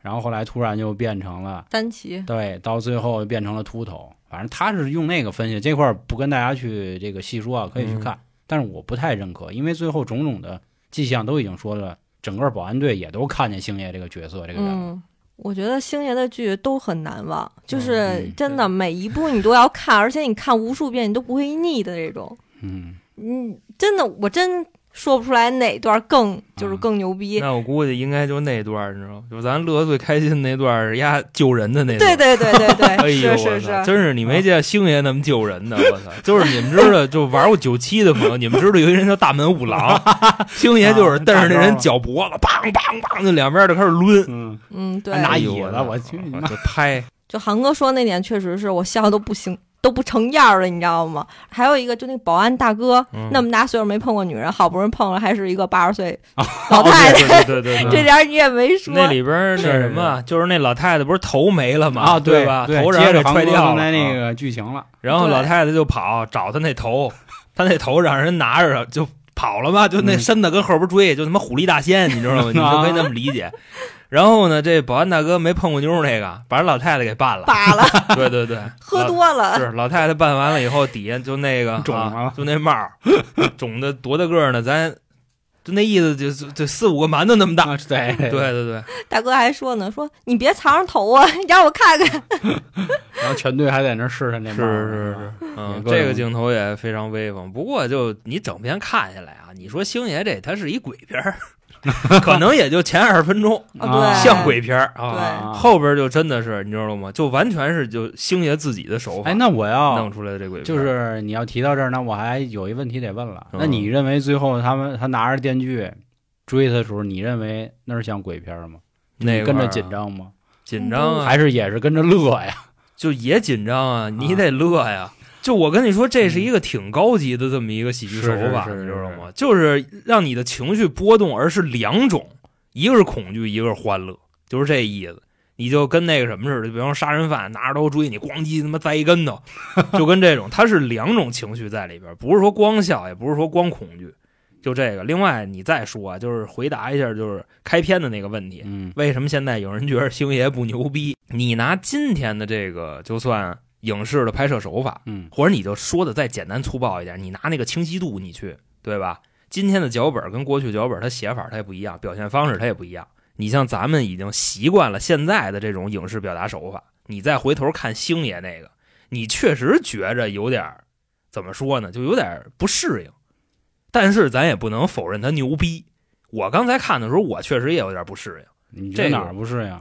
[SPEAKER 3] 然后后来突然就变成了。
[SPEAKER 5] 丹奇，
[SPEAKER 3] 对，到最后变成了秃头。反正他是用那个分析这块儿不跟大家去这个细说啊，可
[SPEAKER 4] 嗯
[SPEAKER 3] 以去看。但是我不太认可，因为最后种种的迹象都已经说了，整个保安队也都看见星爷这个角色这个人物。
[SPEAKER 5] 嗯，我觉得星爷的剧都很难忘，就是
[SPEAKER 3] 嗯
[SPEAKER 5] 真的每一部你都要看，而且你看无数遍你都不会腻的那种。
[SPEAKER 3] 嗯，
[SPEAKER 5] 嗯，真的，我真说不出来哪段更就是
[SPEAKER 3] 嗯
[SPEAKER 5] 更牛逼。
[SPEAKER 4] 那我估计应该就那段儿，你知道吗？就咱乐得最开心那段儿，丫救人的那段
[SPEAKER 5] 对
[SPEAKER 4] 儿。
[SPEAKER 5] 对对对
[SPEAKER 4] 哎
[SPEAKER 5] 对，
[SPEAKER 4] 呦，
[SPEAKER 5] 是
[SPEAKER 4] 我
[SPEAKER 5] 是啊
[SPEAKER 4] 操！
[SPEAKER 5] 是，
[SPEAKER 4] 真是你没见星爷那么救人的，我操！就是你们知道，就玩过九七的朋友，你们知道有一人叫大门五
[SPEAKER 5] [laughs]
[SPEAKER 4] 郎，
[SPEAKER 5] 啊
[SPEAKER 4] 星爷就是瞪着那人脚脖子，梆梆梆，就两边就开始抡，
[SPEAKER 3] 嗯，
[SPEAKER 5] 嗯，对
[SPEAKER 3] 还，拿
[SPEAKER 4] 哎
[SPEAKER 3] 椅
[SPEAKER 4] 呦
[SPEAKER 3] 子，
[SPEAKER 4] 操
[SPEAKER 3] 我去你妈
[SPEAKER 4] 就拍，
[SPEAKER 5] 就韩哥说那点确实是我笑都不行，都不成样儿了，你知道吗？还有一个就那保安大哥，
[SPEAKER 4] 嗯
[SPEAKER 5] 那么大岁数没碰过女人，好不容易碰了，还是一个八十岁老
[SPEAKER 4] 哦对
[SPEAKER 5] 太太，
[SPEAKER 4] 对对对对
[SPEAKER 5] [laughs] 这
[SPEAKER 4] 对。
[SPEAKER 5] 点儿你也没说。
[SPEAKER 4] 嗯那里边儿那
[SPEAKER 3] 是
[SPEAKER 4] 什么，啊就是那老太太不是头没了吗？
[SPEAKER 3] 啊，
[SPEAKER 4] 对
[SPEAKER 3] 对
[SPEAKER 4] 吧？
[SPEAKER 3] 对
[SPEAKER 4] 头让
[SPEAKER 3] 接着
[SPEAKER 4] 人给
[SPEAKER 3] 韩
[SPEAKER 4] 踹
[SPEAKER 3] 哥
[SPEAKER 4] 掉
[SPEAKER 3] 刚
[SPEAKER 4] 了
[SPEAKER 3] 才那
[SPEAKER 4] 啊
[SPEAKER 3] 个剧情了。
[SPEAKER 4] 然后
[SPEAKER 5] 对
[SPEAKER 4] 老太太就跑找他那头，他那头让人拿着就跑了嘛，就那
[SPEAKER 3] 嗯
[SPEAKER 4] 身子跟后边追，就他妈虎力大仙，你知道吗？你就可以那么理
[SPEAKER 3] [laughs]
[SPEAKER 4] 解。然后呢，这保安大哥没碰过妞儿那个，把人老太太给办了。
[SPEAKER 5] 扒了， [laughs]
[SPEAKER 4] 对
[SPEAKER 3] [laughs]
[SPEAKER 4] 对对，
[SPEAKER 5] 喝
[SPEAKER 4] 老
[SPEAKER 5] 多了，
[SPEAKER 4] 嗯是老太太办完了以后，底下就那个
[SPEAKER 3] 肿
[SPEAKER 4] 啊
[SPEAKER 3] 了，
[SPEAKER 4] 就那帽儿 [laughs] 肿的多大个儿呢？咱就那意思就，就就四五个馒头 [laughs] 那么大。
[SPEAKER 3] 啊，对
[SPEAKER 4] 对对对，
[SPEAKER 5] 大哥还说呢，说你别藏着头啊， [laughs] 让我看看。
[SPEAKER 3] 然后全队还在那儿试探那
[SPEAKER 4] 是
[SPEAKER 3] 帽儿
[SPEAKER 4] 是是，
[SPEAKER 3] 也
[SPEAKER 4] 嗯，
[SPEAKER 3] 各种
[SPEAKER 4] 这个镜头也非常威风。不过就你整篇看下来啊，你说星爷这他是一鬼
[SPEAKER 3] [laughs]
[SPEAKER 4] 片儿， [laughs] 可能也就前二十分钟
[SPEAKER 5] 啊
[SPEAKER 3] 啊
[SPEAKER 5] 对，
[SPEAKER 4] 像鬼片儿啊，
[SPEAKER 5] 对
[SPEAKER 3] 啊。
[SPEAKER 4] 后边就真的是你知道吗？就完全是就星爷自己的手法
[SPEAKER 3] 哎，那我要
[SPEAKER 4] 弄出来的这鬼片
[SPEAKER 3] 就
[SPEAKER 4] 儿，
[SPEAKER 3] 是你要提到这儿，那我还有一问题得问了。
[SPEAKER 4] 嗯
[SPEAKER 3] 那你认为最后他们他拿着电锯追他的时候，你认为那是像鬼片吗？
[SPEAKER 4] 那
[SPEAKER 3] 你
[SPEAKER 4] 块
[SPEAKER 3] 跟
[SPEAKER 4] 儿
[SPEAKER 3] 着
[SPEAKER 4] 啊
[SPEAKER 3] 紧张吗？
[SPEAKER 4] 紧张啊，
[SPEAKER 3] 还是也是跟着乐呀？
[SPEAKER 4] 就也紧张啊，你得乐呀。就我跟你说，这是一个挺高级的这么一个喜剧手
[SPEAKER 3] 嗯
[SPEAKER 4] 法，
[SPEAKER 3] 是是是
[SPEAKER 4] 你
[SPEAKER 3] 是
[SPEAKER 4] 知
[SPEAKER 3] 是
[SPEAKER 4] 道吗？就是让你的情绪波动，而是两种，一个是恐惧，一个是欢乐，就是这意思。你就跟那个什么似的，比方说杀人犯拿着刀追你，咣叽他妈栽一跟
[SPEAKER 3] [laughs]
[SPEAKER 4] 头，就跟这种，它是两种情绪在里边，不是说光笑，也不是说光恐惧，就这个。另外，你再说啊，就是回答一下，就是开篇的那个问题，
[SPEAKER 3] 嗯
[SPEAKER 4] 为什么现在有人觉得星爷不牛逼？你拿今天的这个就算影视的拍摄手法，
[SPEAKER 3] 嗯
[SPEAKER 4] 或者你就说的再简单粗暴一点，你拿那个清晰度你去，对吧？今天的脚本跟过去脚本，它写法它也不一样，表现方式它也不一样。你像咱们已经习惯了现在的这种影视表达手法，你再回头看星爷那个，你确实觉着有点儿怎么说呢，就有点儿不适应。但是咱也不能否认他牛逼。我刚才看的时候，我确实也有点不适应。
[SPEAKER 3] 你
[SPEAKER 4] 嗯这
[SPEAKER 3] 这
[SPEAKER 4] 个
[SPEAKER 3] 哪儿不是呀？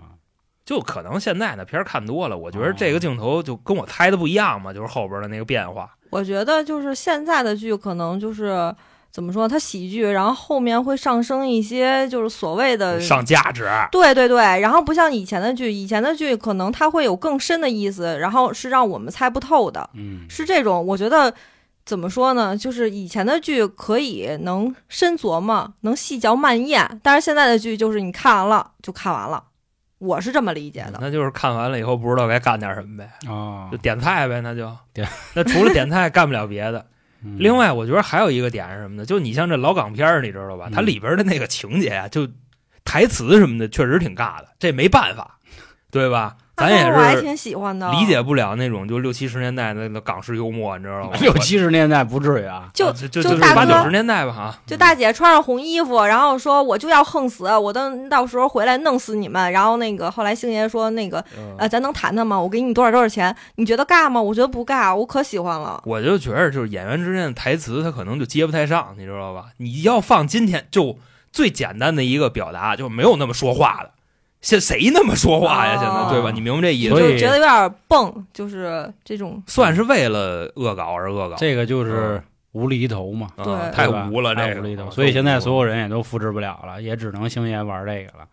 [SPEAKER 4] 就可能现在的片儿看多了，我觉得这
[SPEAKER 3] 哦
[SPEAKER 4] 个镜头就跟我猜的不一样嘛，就是后边的那个变化。
[SPEAKER 5] 我觉得就是现在的剧可能就是怎么说，它喜剧，然后后面会上升一些就是所谓的
[SPEAKER 4] 上价值，
[SPEAKER 5] 对对对，然后不像以前的剧，以前的剧可能它会有更深的意思，然后是让我们猜不透的，
[SPEAKER 3] 嗯，
[SPEAKER 5] 是这种。我觉得怎么说呢，就是以前的剧可以能深琢磨，能细嚼慢咽，但是现在的剧就是你看完了就看完了，我是这么理解的。
[SPEAKER 4] 那就是看完了以后不知道该干点什么呗，
[SPEAKER 3] 哦
[SPEAKER 4] 就，点菜呗，那就
[SPEAKER 3] [laughs] 点。
[SPEAKER 4] 那除了点菜干不了别的。
[SPEAKER 3] [laughs] 嗯
[SPEAKER 4] 另外，我觉得还有一个点是什么呢？就你像这老港片儿，你知道吧？
[SPEAKER 3] 嗯？
[SPEAKER 4] 它里边的那个情节啊，就台词什么的，确实挺尬的，这没办法，对吧？咱也
[SPEAKER 5] 啊我还
[SPEAKER 4] 是
[SPEAKER 5] 挺喜欢的，
[SPEAKER 4] 理解不了那种就六七十年代的那港式幽默，你知道吗
[SPEAKER 3] 嗯 [laughs] 六七十年代不至于啊。
[SPEAKER 5] 就
[SPEAKER 4] 啊就
[SPEAKER 5] 就
[SPEAKER 4] 就是
[SPEAKER 5] 大
[SPEAKER 4] 八
[SPEAKER 5] 哥
[SPEAKER 4] 九十年代吧，啊，
[SPEAKER 5] 就大姐穿上红衣服，然后说我就要横死，我等到时候回来弄死你们。然后那个后来星爷说那个
[SPEAKER 4] 嗯
[SPEAKER 5] 呃，咱能谈谈吗？我给你多少多少钱？你觉得尬吗？我觉得不尬，我可喜欢了。
[SPEAKER 4] 我就觉着就是演员之间的台词，他可能就接不太上，你知道吧？你要放今天就最简单的一个表达，就没有那么说话的。现谁那么说话呀？现在
[SPEAKER 5] 啊
[SPEAKER 4] 对吧？你明白这意
[SPEAKER 5] 就
[SPEAKER 4] 思？
[SPEAKER 3] 所以
[SPEAKER 5] 是觉得有点蹦，就是这种。
[SPEAKER 4] 算是为了恶搞而恶搞，
[SPEAKER 3] 这个就是
[SPEAKER 4] 嗯
[SPEAKER 3] 无厘头嘛，
[SPEAKER 4] 啊
[SPEAKER 5] 对
[SPEAKER 4] 太
[SPEAKER 3] 对吧
[SPEAKER 4] 无了，
[SPEAKER 3] 太
[SPEAKER 4] 这个
[SPEAKER 3] 无厘
[SPEAKER 4] 啊
[SPEAKER 3] 头。所以现在所
[SPEAKER 4] 有
[SPEAKER 3] 有人也都复制不了了，也只能星爷玩这个了。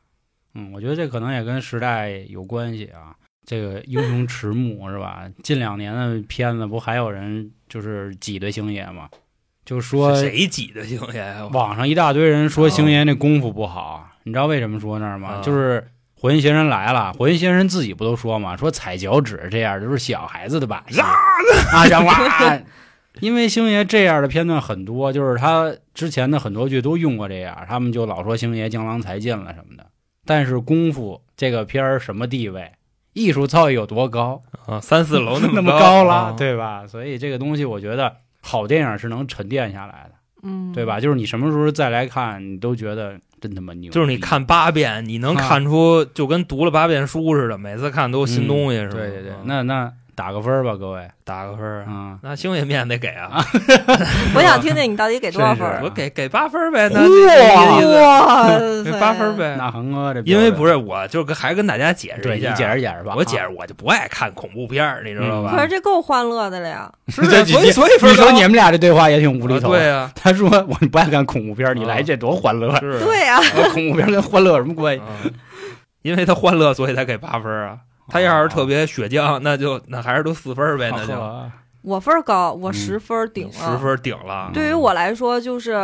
[SPEAKER 3] 嗯，我觉得这可能也跟时代有关系啊。这个英雄迟暮是吧？近两年的片子不还有人就是挤兑星爷吗？就说
[SPEAKER 4] 是谁挤的星爷呀？
[SPEAKER 3] 网上一大堆人说星爷那功夫不好，你知道为什么说那儿吗？
[SPEAKER 4] 啊
[SPEAKER 3] 就是火云邪神来了，火云邪神自己不都说嘛，说踩脚趾这样就是小孩子的把戏啊，讲哇，因为星爷这样的片段很多，就是他之前的很多剧都用过这样，他们就老说星爷江郎才尽了什么的。但是功夫这个片儿什么地位，艺术造诣有多高，
[SPEAKER 4] 啊，三四楼
[SPEAKER 3] [laughs] 那
[SPEAKER 4] 么
[SPEAKER 3] 么
[SPEAKER 4] 高
[SPEAKER 3] 了，
[SPEAKER 4] 啊
[SPEAKER 3] 对吧？所以这个东西，我觉得好电影是能沉淀下来的。
[SPEAKER 5] 嗯，
[SPEAKER 3] 对吧？？就是你什么时候再来看，你都觉得真他妈牛逼。
[SPEAKER 4] 就是你看八遍，你能看出就跟读了八遍书似的，每次看都有新东西，是
[SPEAKER 3] 嗯对
[SPEAKER 4] 吧？
[SPEAKER 3] 对对
[SPEAKER 4] 啊，
[SPEAKER 3] 那那打个分儿吧，各位
[SPEAKER 4] 打个分儿啊，
[SPEAKER 3] 啊，
[SPEAKER 4] 那星爷面得给啊，
[SPEAKER 5] 我想听听你到底给多少分
[SPEAKER 3] 是
[SPEAKER 5] 儿？
[SPEAKER 4] 我给给八分儿呗，那这
[SPEAKER 5] [laughs] 哇
[SPEAKER 4] 这给八分儿
[SPEAKER 5] 塞
[SPEAKER 4] 呗。
[SPEAKER 3] 那恒哥这标
[SPEAKER 4] 因
[SPEAKER 3] 准
[SPEAKER 4] 为不是，我就跟还跟大家解释
[SPEAKER 3] 对
[SPEAKER 4] 一
[SPEAKER 3] 你
[SPEAKER 4] 下啊，
[SPEAKER 3] 解释解释吧，
[SPEAKER 4] 我解释
[SPEAKER 3] 啊。
[SPEAKER 4] 我就不爱看恐怖片儿，你知道
[SPEAKER 5] 可
[SPEAKER 4] 吧
[SPEAKER 5] 是？这够欢乐的了呀！
[SPEAKER 4] 嗯是
[SPEAKER 3] 这
[SPEAKER 4] 啊，
[SPEAKER 3] 几
[SPEAKER 4] 所以
[SPEAKER 3] 集
[SPEAKER 4] 所以分
[SPEAKER 3] 你
[SPEAKER 4] 儿
[SPEAKER 3] 说
[SPEAKER 4] 高
[SPEAKER 3] 你们俩这对话也挺无厘
[SPEAKER 4] 啊
[SPEAKER 3] 头。
[SPEAKER 4] 对， [laughs] 啊，
[SPEAKER 3] 他说我不爱看恐怖片儿，你来这多欢乐。呃
[SPEAKER 4] 是啊
[SPEAKER 5] 对呀，
[SPEAKER 3] 恐怖片儿跟欢乐有什么关系？
[SPEAKER 4] 啊因为他欢乐，所以他给八分儿啊。他要是特别血浆，那就那还是都四分儿呗，那就
[SPEAKER 3] 啊
[SPEAKER 5] 我分儿高，我
[SPEAKER 3] 嗯
[SPEAKER 5] 十分儿顶
[SPEAKER 4] 十
[SPEAKER 5] 了。
[SPEAKER 4] 分儿顶了。
[SPEAKER 5] 对于我来说，就是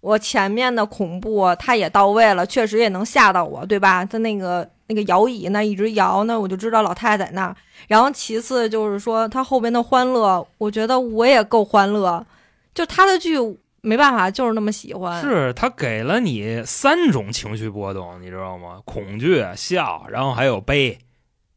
[SPEAKER 5] 我前面的恐怖，它也到位了，确实也能吓到我，对吧？它那个那个摇椅那一直摇，那我就知道老太太在那儿。然后其次就是说，它后边的欢乐，我觉得我也够欢乐，就他的剧没办法，就是那么喜欢。
[SPEAKER 4] 是他给了你三种情绪波动，你知道吗？恐惧、笑，然后还有悲，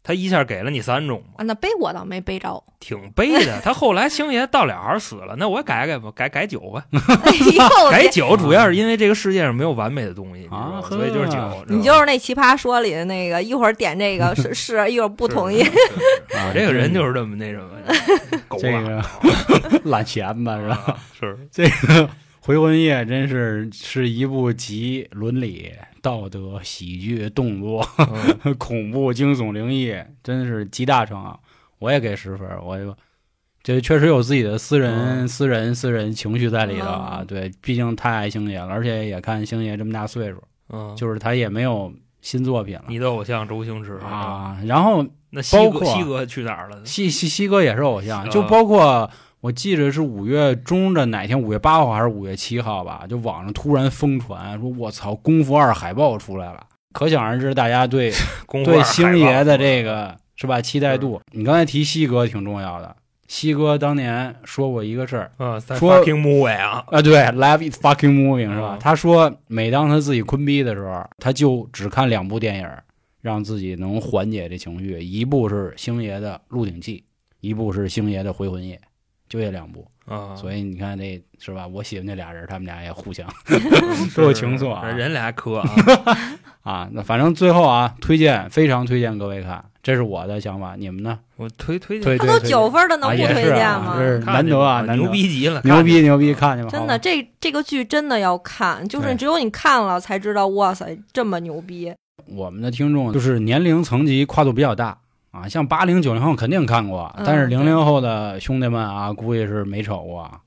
[SPEAKER 4] 他一下给了你三种嘛，
[SPEAKER 5] 啊，那背我倒没背
[SPEAKER 4] [laughs]
[SPEAKER 5] 着。
[SPEAKER 4] 挺悲的。他后来星爷到了还是死了，那我也改改吧，改改酒吧，
[SPEAKER 5] 哎呦，
[SPEAKER 4] 改
[SPEAKER 5] 别
[SPEAKER 4] 酒主要是因为这个世界上没有完美的东西，你知道
[SPEAKER 3] 嗯啊
[SPEAKER 4] 吗？
[SPEAKER 3] 呵
[SPEAKER 4] 所以就是酒。知道吗
[SPEAKER 5] 你就是那奇葩说里的那个，一会儿点这个是是，一会儿不同
[SPEAKER 4] 是。
[SPEAKER 5] 意
[SPEAKER 4] 是是
[SPEAKER 3] 啊
[SPEAKER 4] 我这个人就是这么那什么，狗
[SPEAKER 3] 这
[SPEAKER 4] 啊
[SPEAKER 3] 个懒闲吧，是吧？
[SPEAKER 4] 啊， [laughs]
[SPEAKER 3] [laughs]
[SPEAKER 4] 是
[SPEAKER 3] 这个《回魂夜》真是是一部集伦理、道德、喜剧、动作、
[SPEAKER 4] 嗯
[SPEAKER 3] 恐怖、惊悚、灵异，真是集大成啊！我也给十分儿，我就这确实有自己的私人、
[SPEAKER 4] 嗯
[SPEAKER 3] 私人、私人情绪在里头啊。
[SPEAKER 5] 嗯
[SPEAKER 3] 对，毕竟太爱星爷了，而且也看星爷这么大岁数，
[SPEAKER 4] 嗯，
[SPEAKER 3] 就是他也没有新作品了
[SPEAKER 4] 你的偶像周星驰，
[SPEAKER 3] 啊。然后
[SPEAKER 4] 那西
[SPEAKER 3] 包
[SPEAKER 4] 哥
[SPEAKER 3] 括
[SPEAKER 4] 西哥去哪儿了？
[SPEAKER 3] 西西西哥也是偶像，
[SPEAKER 4] 啊
[SPEAKER 3] 就包括我记着是五月中的哪天，五月八号还是五月七号吧，就网上突然疯传说，我操，《功夫二》海报出来了，可想而知大家对
[SPEAKER 4] 公
[SPEAKER 3] 对
[SPEAKER 4] 馆
[SPEAKER 3] 星
[SPEAKER 4] 海报
[SPEAKER 3] 爷的这个是吧期待度。你刚才提西哥挺重要的，西哥当年说过一个事儿。
[SPEAKER 4] 嗯，在
[SPEAKER 3] 说
[SPEAKER 4] fucking movie 啊，
[SPEAKER 3] 啊，对，Live is fucking moving 是吧
[SPEAKER 4] 嗯？
[SPEAKER 3] 他说，每当他自己坤逼的时候，他就只看两部电影，让自己能缓解这情绪。一部是星爷的《鹿鼎记》，一部是星爷的《回魂夜》，就这两部。
[SPEAKER 4] 啊，
[SPEAKER 3] 所以你看这是吧？我喜欢这俩人，他们俩也互相
[SPEAKER 4] 以
[SPEAKER 3] 都有情愫啊
[SPEAKER 4] 人俩磕
[SPEAKER 3] [laughs]
[SPEAKER 4] 啊，
[SPEAKER 3] 啊。那反正最后啊，推荐非常推荐各位看，这是我的想法，你们呢？
[SPEAKER 4] 我推推荐
[SPEAKER 3] 推
[SPEAKER 5] 他
[SPEAKER 3] 推
[SPEAKER 5] 都
[SPEAKER 3] 推
[SPEAKER 5] 九分儿的，能
[SPEAKER 3] 啊，
[SPEAKER 5] 不
[SPEAKER 3] 也
[SPEAKER 5] 推
[SPEAKER 3] 是
[SPEAKER 5] 荐
[SPEAKER 3] 啊，
[SPEAKER 5] 吗？
[SPEAKER 3] 这是
[SPEAKER 4] 看
[SPEAKER 3] 难
[SPEAKER 4] 去
[SPEAKER 3] 得啊，
[SPEAKER 4] 吧
[SPEAKER 3] 难得
[SPEAKER 4] 牛逼极了，
[SPEAKER 3] 牛逼牛逼，
[SPEAKER 4] 看去
[SPEAKER 3] 看去吧，
[SPEAKER 4] 吧
[SPEAKER 5] 真
[SPEAKER 3] 好
[SPEAKER 5] 的，
[SPEAKER 3] 吧
[SPEAKER 5] 这这个剧真的要看，就是
[SPEAKER 3] 对
[SPEAKER 5] 你只有你看了才知道，哇塞，这么牛逼！
[SPEAKER 3] 我们的听众就是年龄层级跨度比较大啊，像八零九零后肯定看过，
[SPEAKER 5] 嗯
[SPEAKER 3] 但是
[SPEAKER 5] 对
[SPEAKER 3] 零零后的兄弟们啊，估计是没瞅过啊。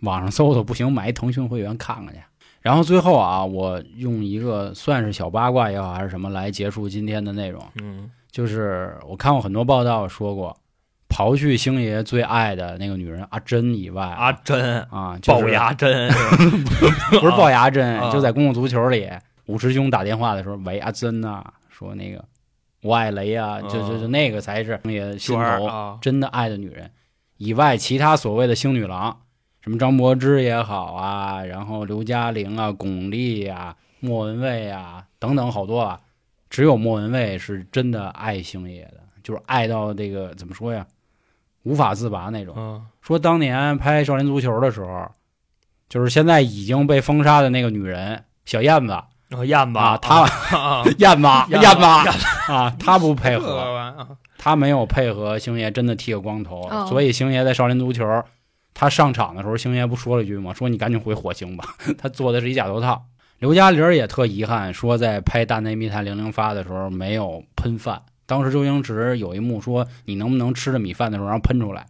[SPEAKER 3] 网上搜搜不行，买一腾讯会员看看去。然后最后啊，我用一个算是小八卦也好还是什么来结束今天的内容，
[SPEAKER 4] 嗯，
[SPEAKER 3] 就是我看过很多报道说过，刨去星爷最爱的那个女人阿珍以外
[SPEAKER 4] 阿
[SPEAKER 3] 啊，
[SPEAKER 4] 珍
[SPEAKER 3] 啊就是
[SPEAKER 4] 龅牙
[SPEAKER 3] [laughs]
[SPEAKER 4] 珍，是吧
[SPEAKER 3] 不是龅牙真，
[SPEAKER 4] 啊
[SPEAKER 3] 就在公共足球里，五师兄打电话的时候，喂阿珍呐、说那个我爱雷啊，就就就那个才是也心
[SPEAKER 4] 娟儿
[SPEAKER 3] 头
[SPEAKER 4] 啊，
[SPEAKER 3] 真的爱的女人。以外，其他所谓的星女郎，什么张柏芝也好啊，然后刘嘉玲啊、巩俐啊、莫文蔚啊等等好多啊，只有莫文蔚是真的爱星爷的，就是爱到这个怎么说呀，无法自拔那种。
[SPEAKER 4] 嗯
[SPEAKER 3] 说当年拍《少林足球》的时候，就是现在已经被封杀的那个女人小燕子
[SPEAKER 4] 然后燕子
[SPEAKER 3] 啊，她
[SPEAKER 4] [laughs] 啊啊
[SPEAKER 3] 燕子
[SPEAKER 4] 燕
[SPEAKER 3] 燕
[SPEAKER 4] 子
[SPEAKER 3] 子啊，她不配
[SPEAKER 4] 这
[SPEAKER 3] 合，
[SPEAKER 4] 玩意儿啊
[SPEAKER 3] 她没有配合星爷真的剃个光头，
[SPEAKER 5] 哦
[SPEAKER 3] 所以星爷在《少林足球》他上场的时候，星爷不说了一句吗？说你赶紧回火星吧， [laughs] 他做的是一假头套。刘嘉玲也特遗憾，说在拍《大内密探零零发》的时候没有喷饭。当时周星驰有一幕说：“你能不能吃着米饭的时候让喷出来？”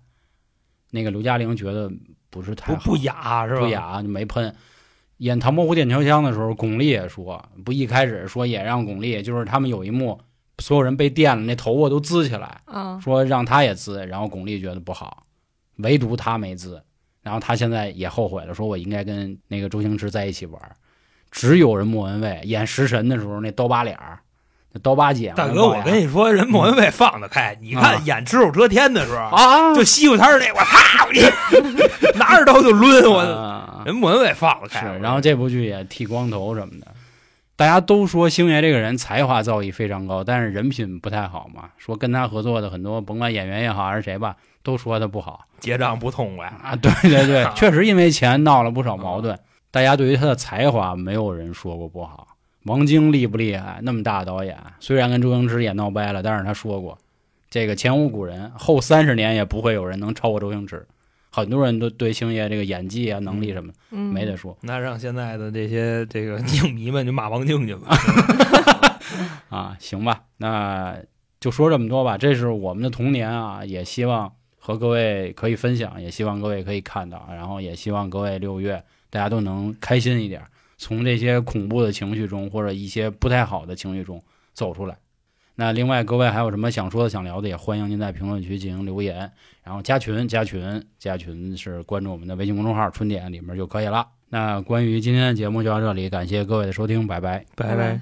[SPEAKER 3] 那个刘嘉玲觉得不是太
[SPEAKER 4] 不
[SPEAKER 3] 好
[SPEAKER 4] 不雅是吧？
[SPEAKER 3] 不雅就没喷。演《唐伯虎点秋香》的时候，巩俐也说，不一开始说也让巩俐，就是他们有一幕所有人被电了，那头发都滋起来，
[SPEAKER 5] 啊，
[SPEAKER 3] 说让他也滋，然后巩俐觉得不好，唯独他没滋，然后他现在也后悔了，说我应该跟那个周星驰在一起玩儿。只有人莫文蔚演《食神》的时候那刀疤脸儿，那刀疤姐嘛，
[SPEAKER 4] 大
[SPEAKER 3] 那
[SPEAKER 4] 哥，
[SPEAKER 3] 龅牙
[SPEAKER 4] 我跟你说，人莫文蔚放得开。你
[SPEAKER 3] 啊
[SPEAKER 4] 看演《只手遮天》的时候，
[SPEAKER 3] 啊，
[SPEAKER 4] 就西瓜摊儿那块儿，啪，我 [laughs] 一拿着刀就抡我。
[SPEAKER 3] 啊
[SPEAKER 4] 人莫文蔚放得
[SPEAKER 3] 是
[SPEAKER 4] 开，我，
[SPEAKER 3] 然后这部剧也剃光头什么的。大家都说星爷这个人才华造诣非常高，但是人品不太好嘛。说跟他合作的很多，甭管演员也好还是谁吧，都说他不好
[SPEAKER 4] 结账不痛快。
[SPEAKER 3] 啊。对对对，确实因为钱闹了不少矛盾。大家对于他的才华，没有人说过不好。王晶厉不厉害？那么大导演，虽然跟周星驰也闹掰了，但是他说过，这个前无古人，后三十年也不会有人能超过周星驰。很多人都对星爷这个演技啊、能力什么的
[SPEAKER 5] 嗯
[SPEAKER 3] 没得说。
[SPEAKER 4] 那让现在的这些这个 [laughs] 影迷们就骂王晶去 [laughs] 吧。
[SPEAKER 3] 啊，行吧，那就说这么多吧。这是我们的童年啊，也希望和各位可以分享，也希望各位可以看到，然后也希望各位六月大家都能开心一点，从这些恐怖的情绪中或者一些不太好的情绪中走出来。那另外，各位还有什么想说的、想聊的，也欢迎您在评论区进行留言，然后加群、加群、加群是关注我们的微信公众号“春点”里面就可以了。那关于今天的节目就到这里，感谢各位的收听，拜拜。
[SPEAKER 5] 拜拜。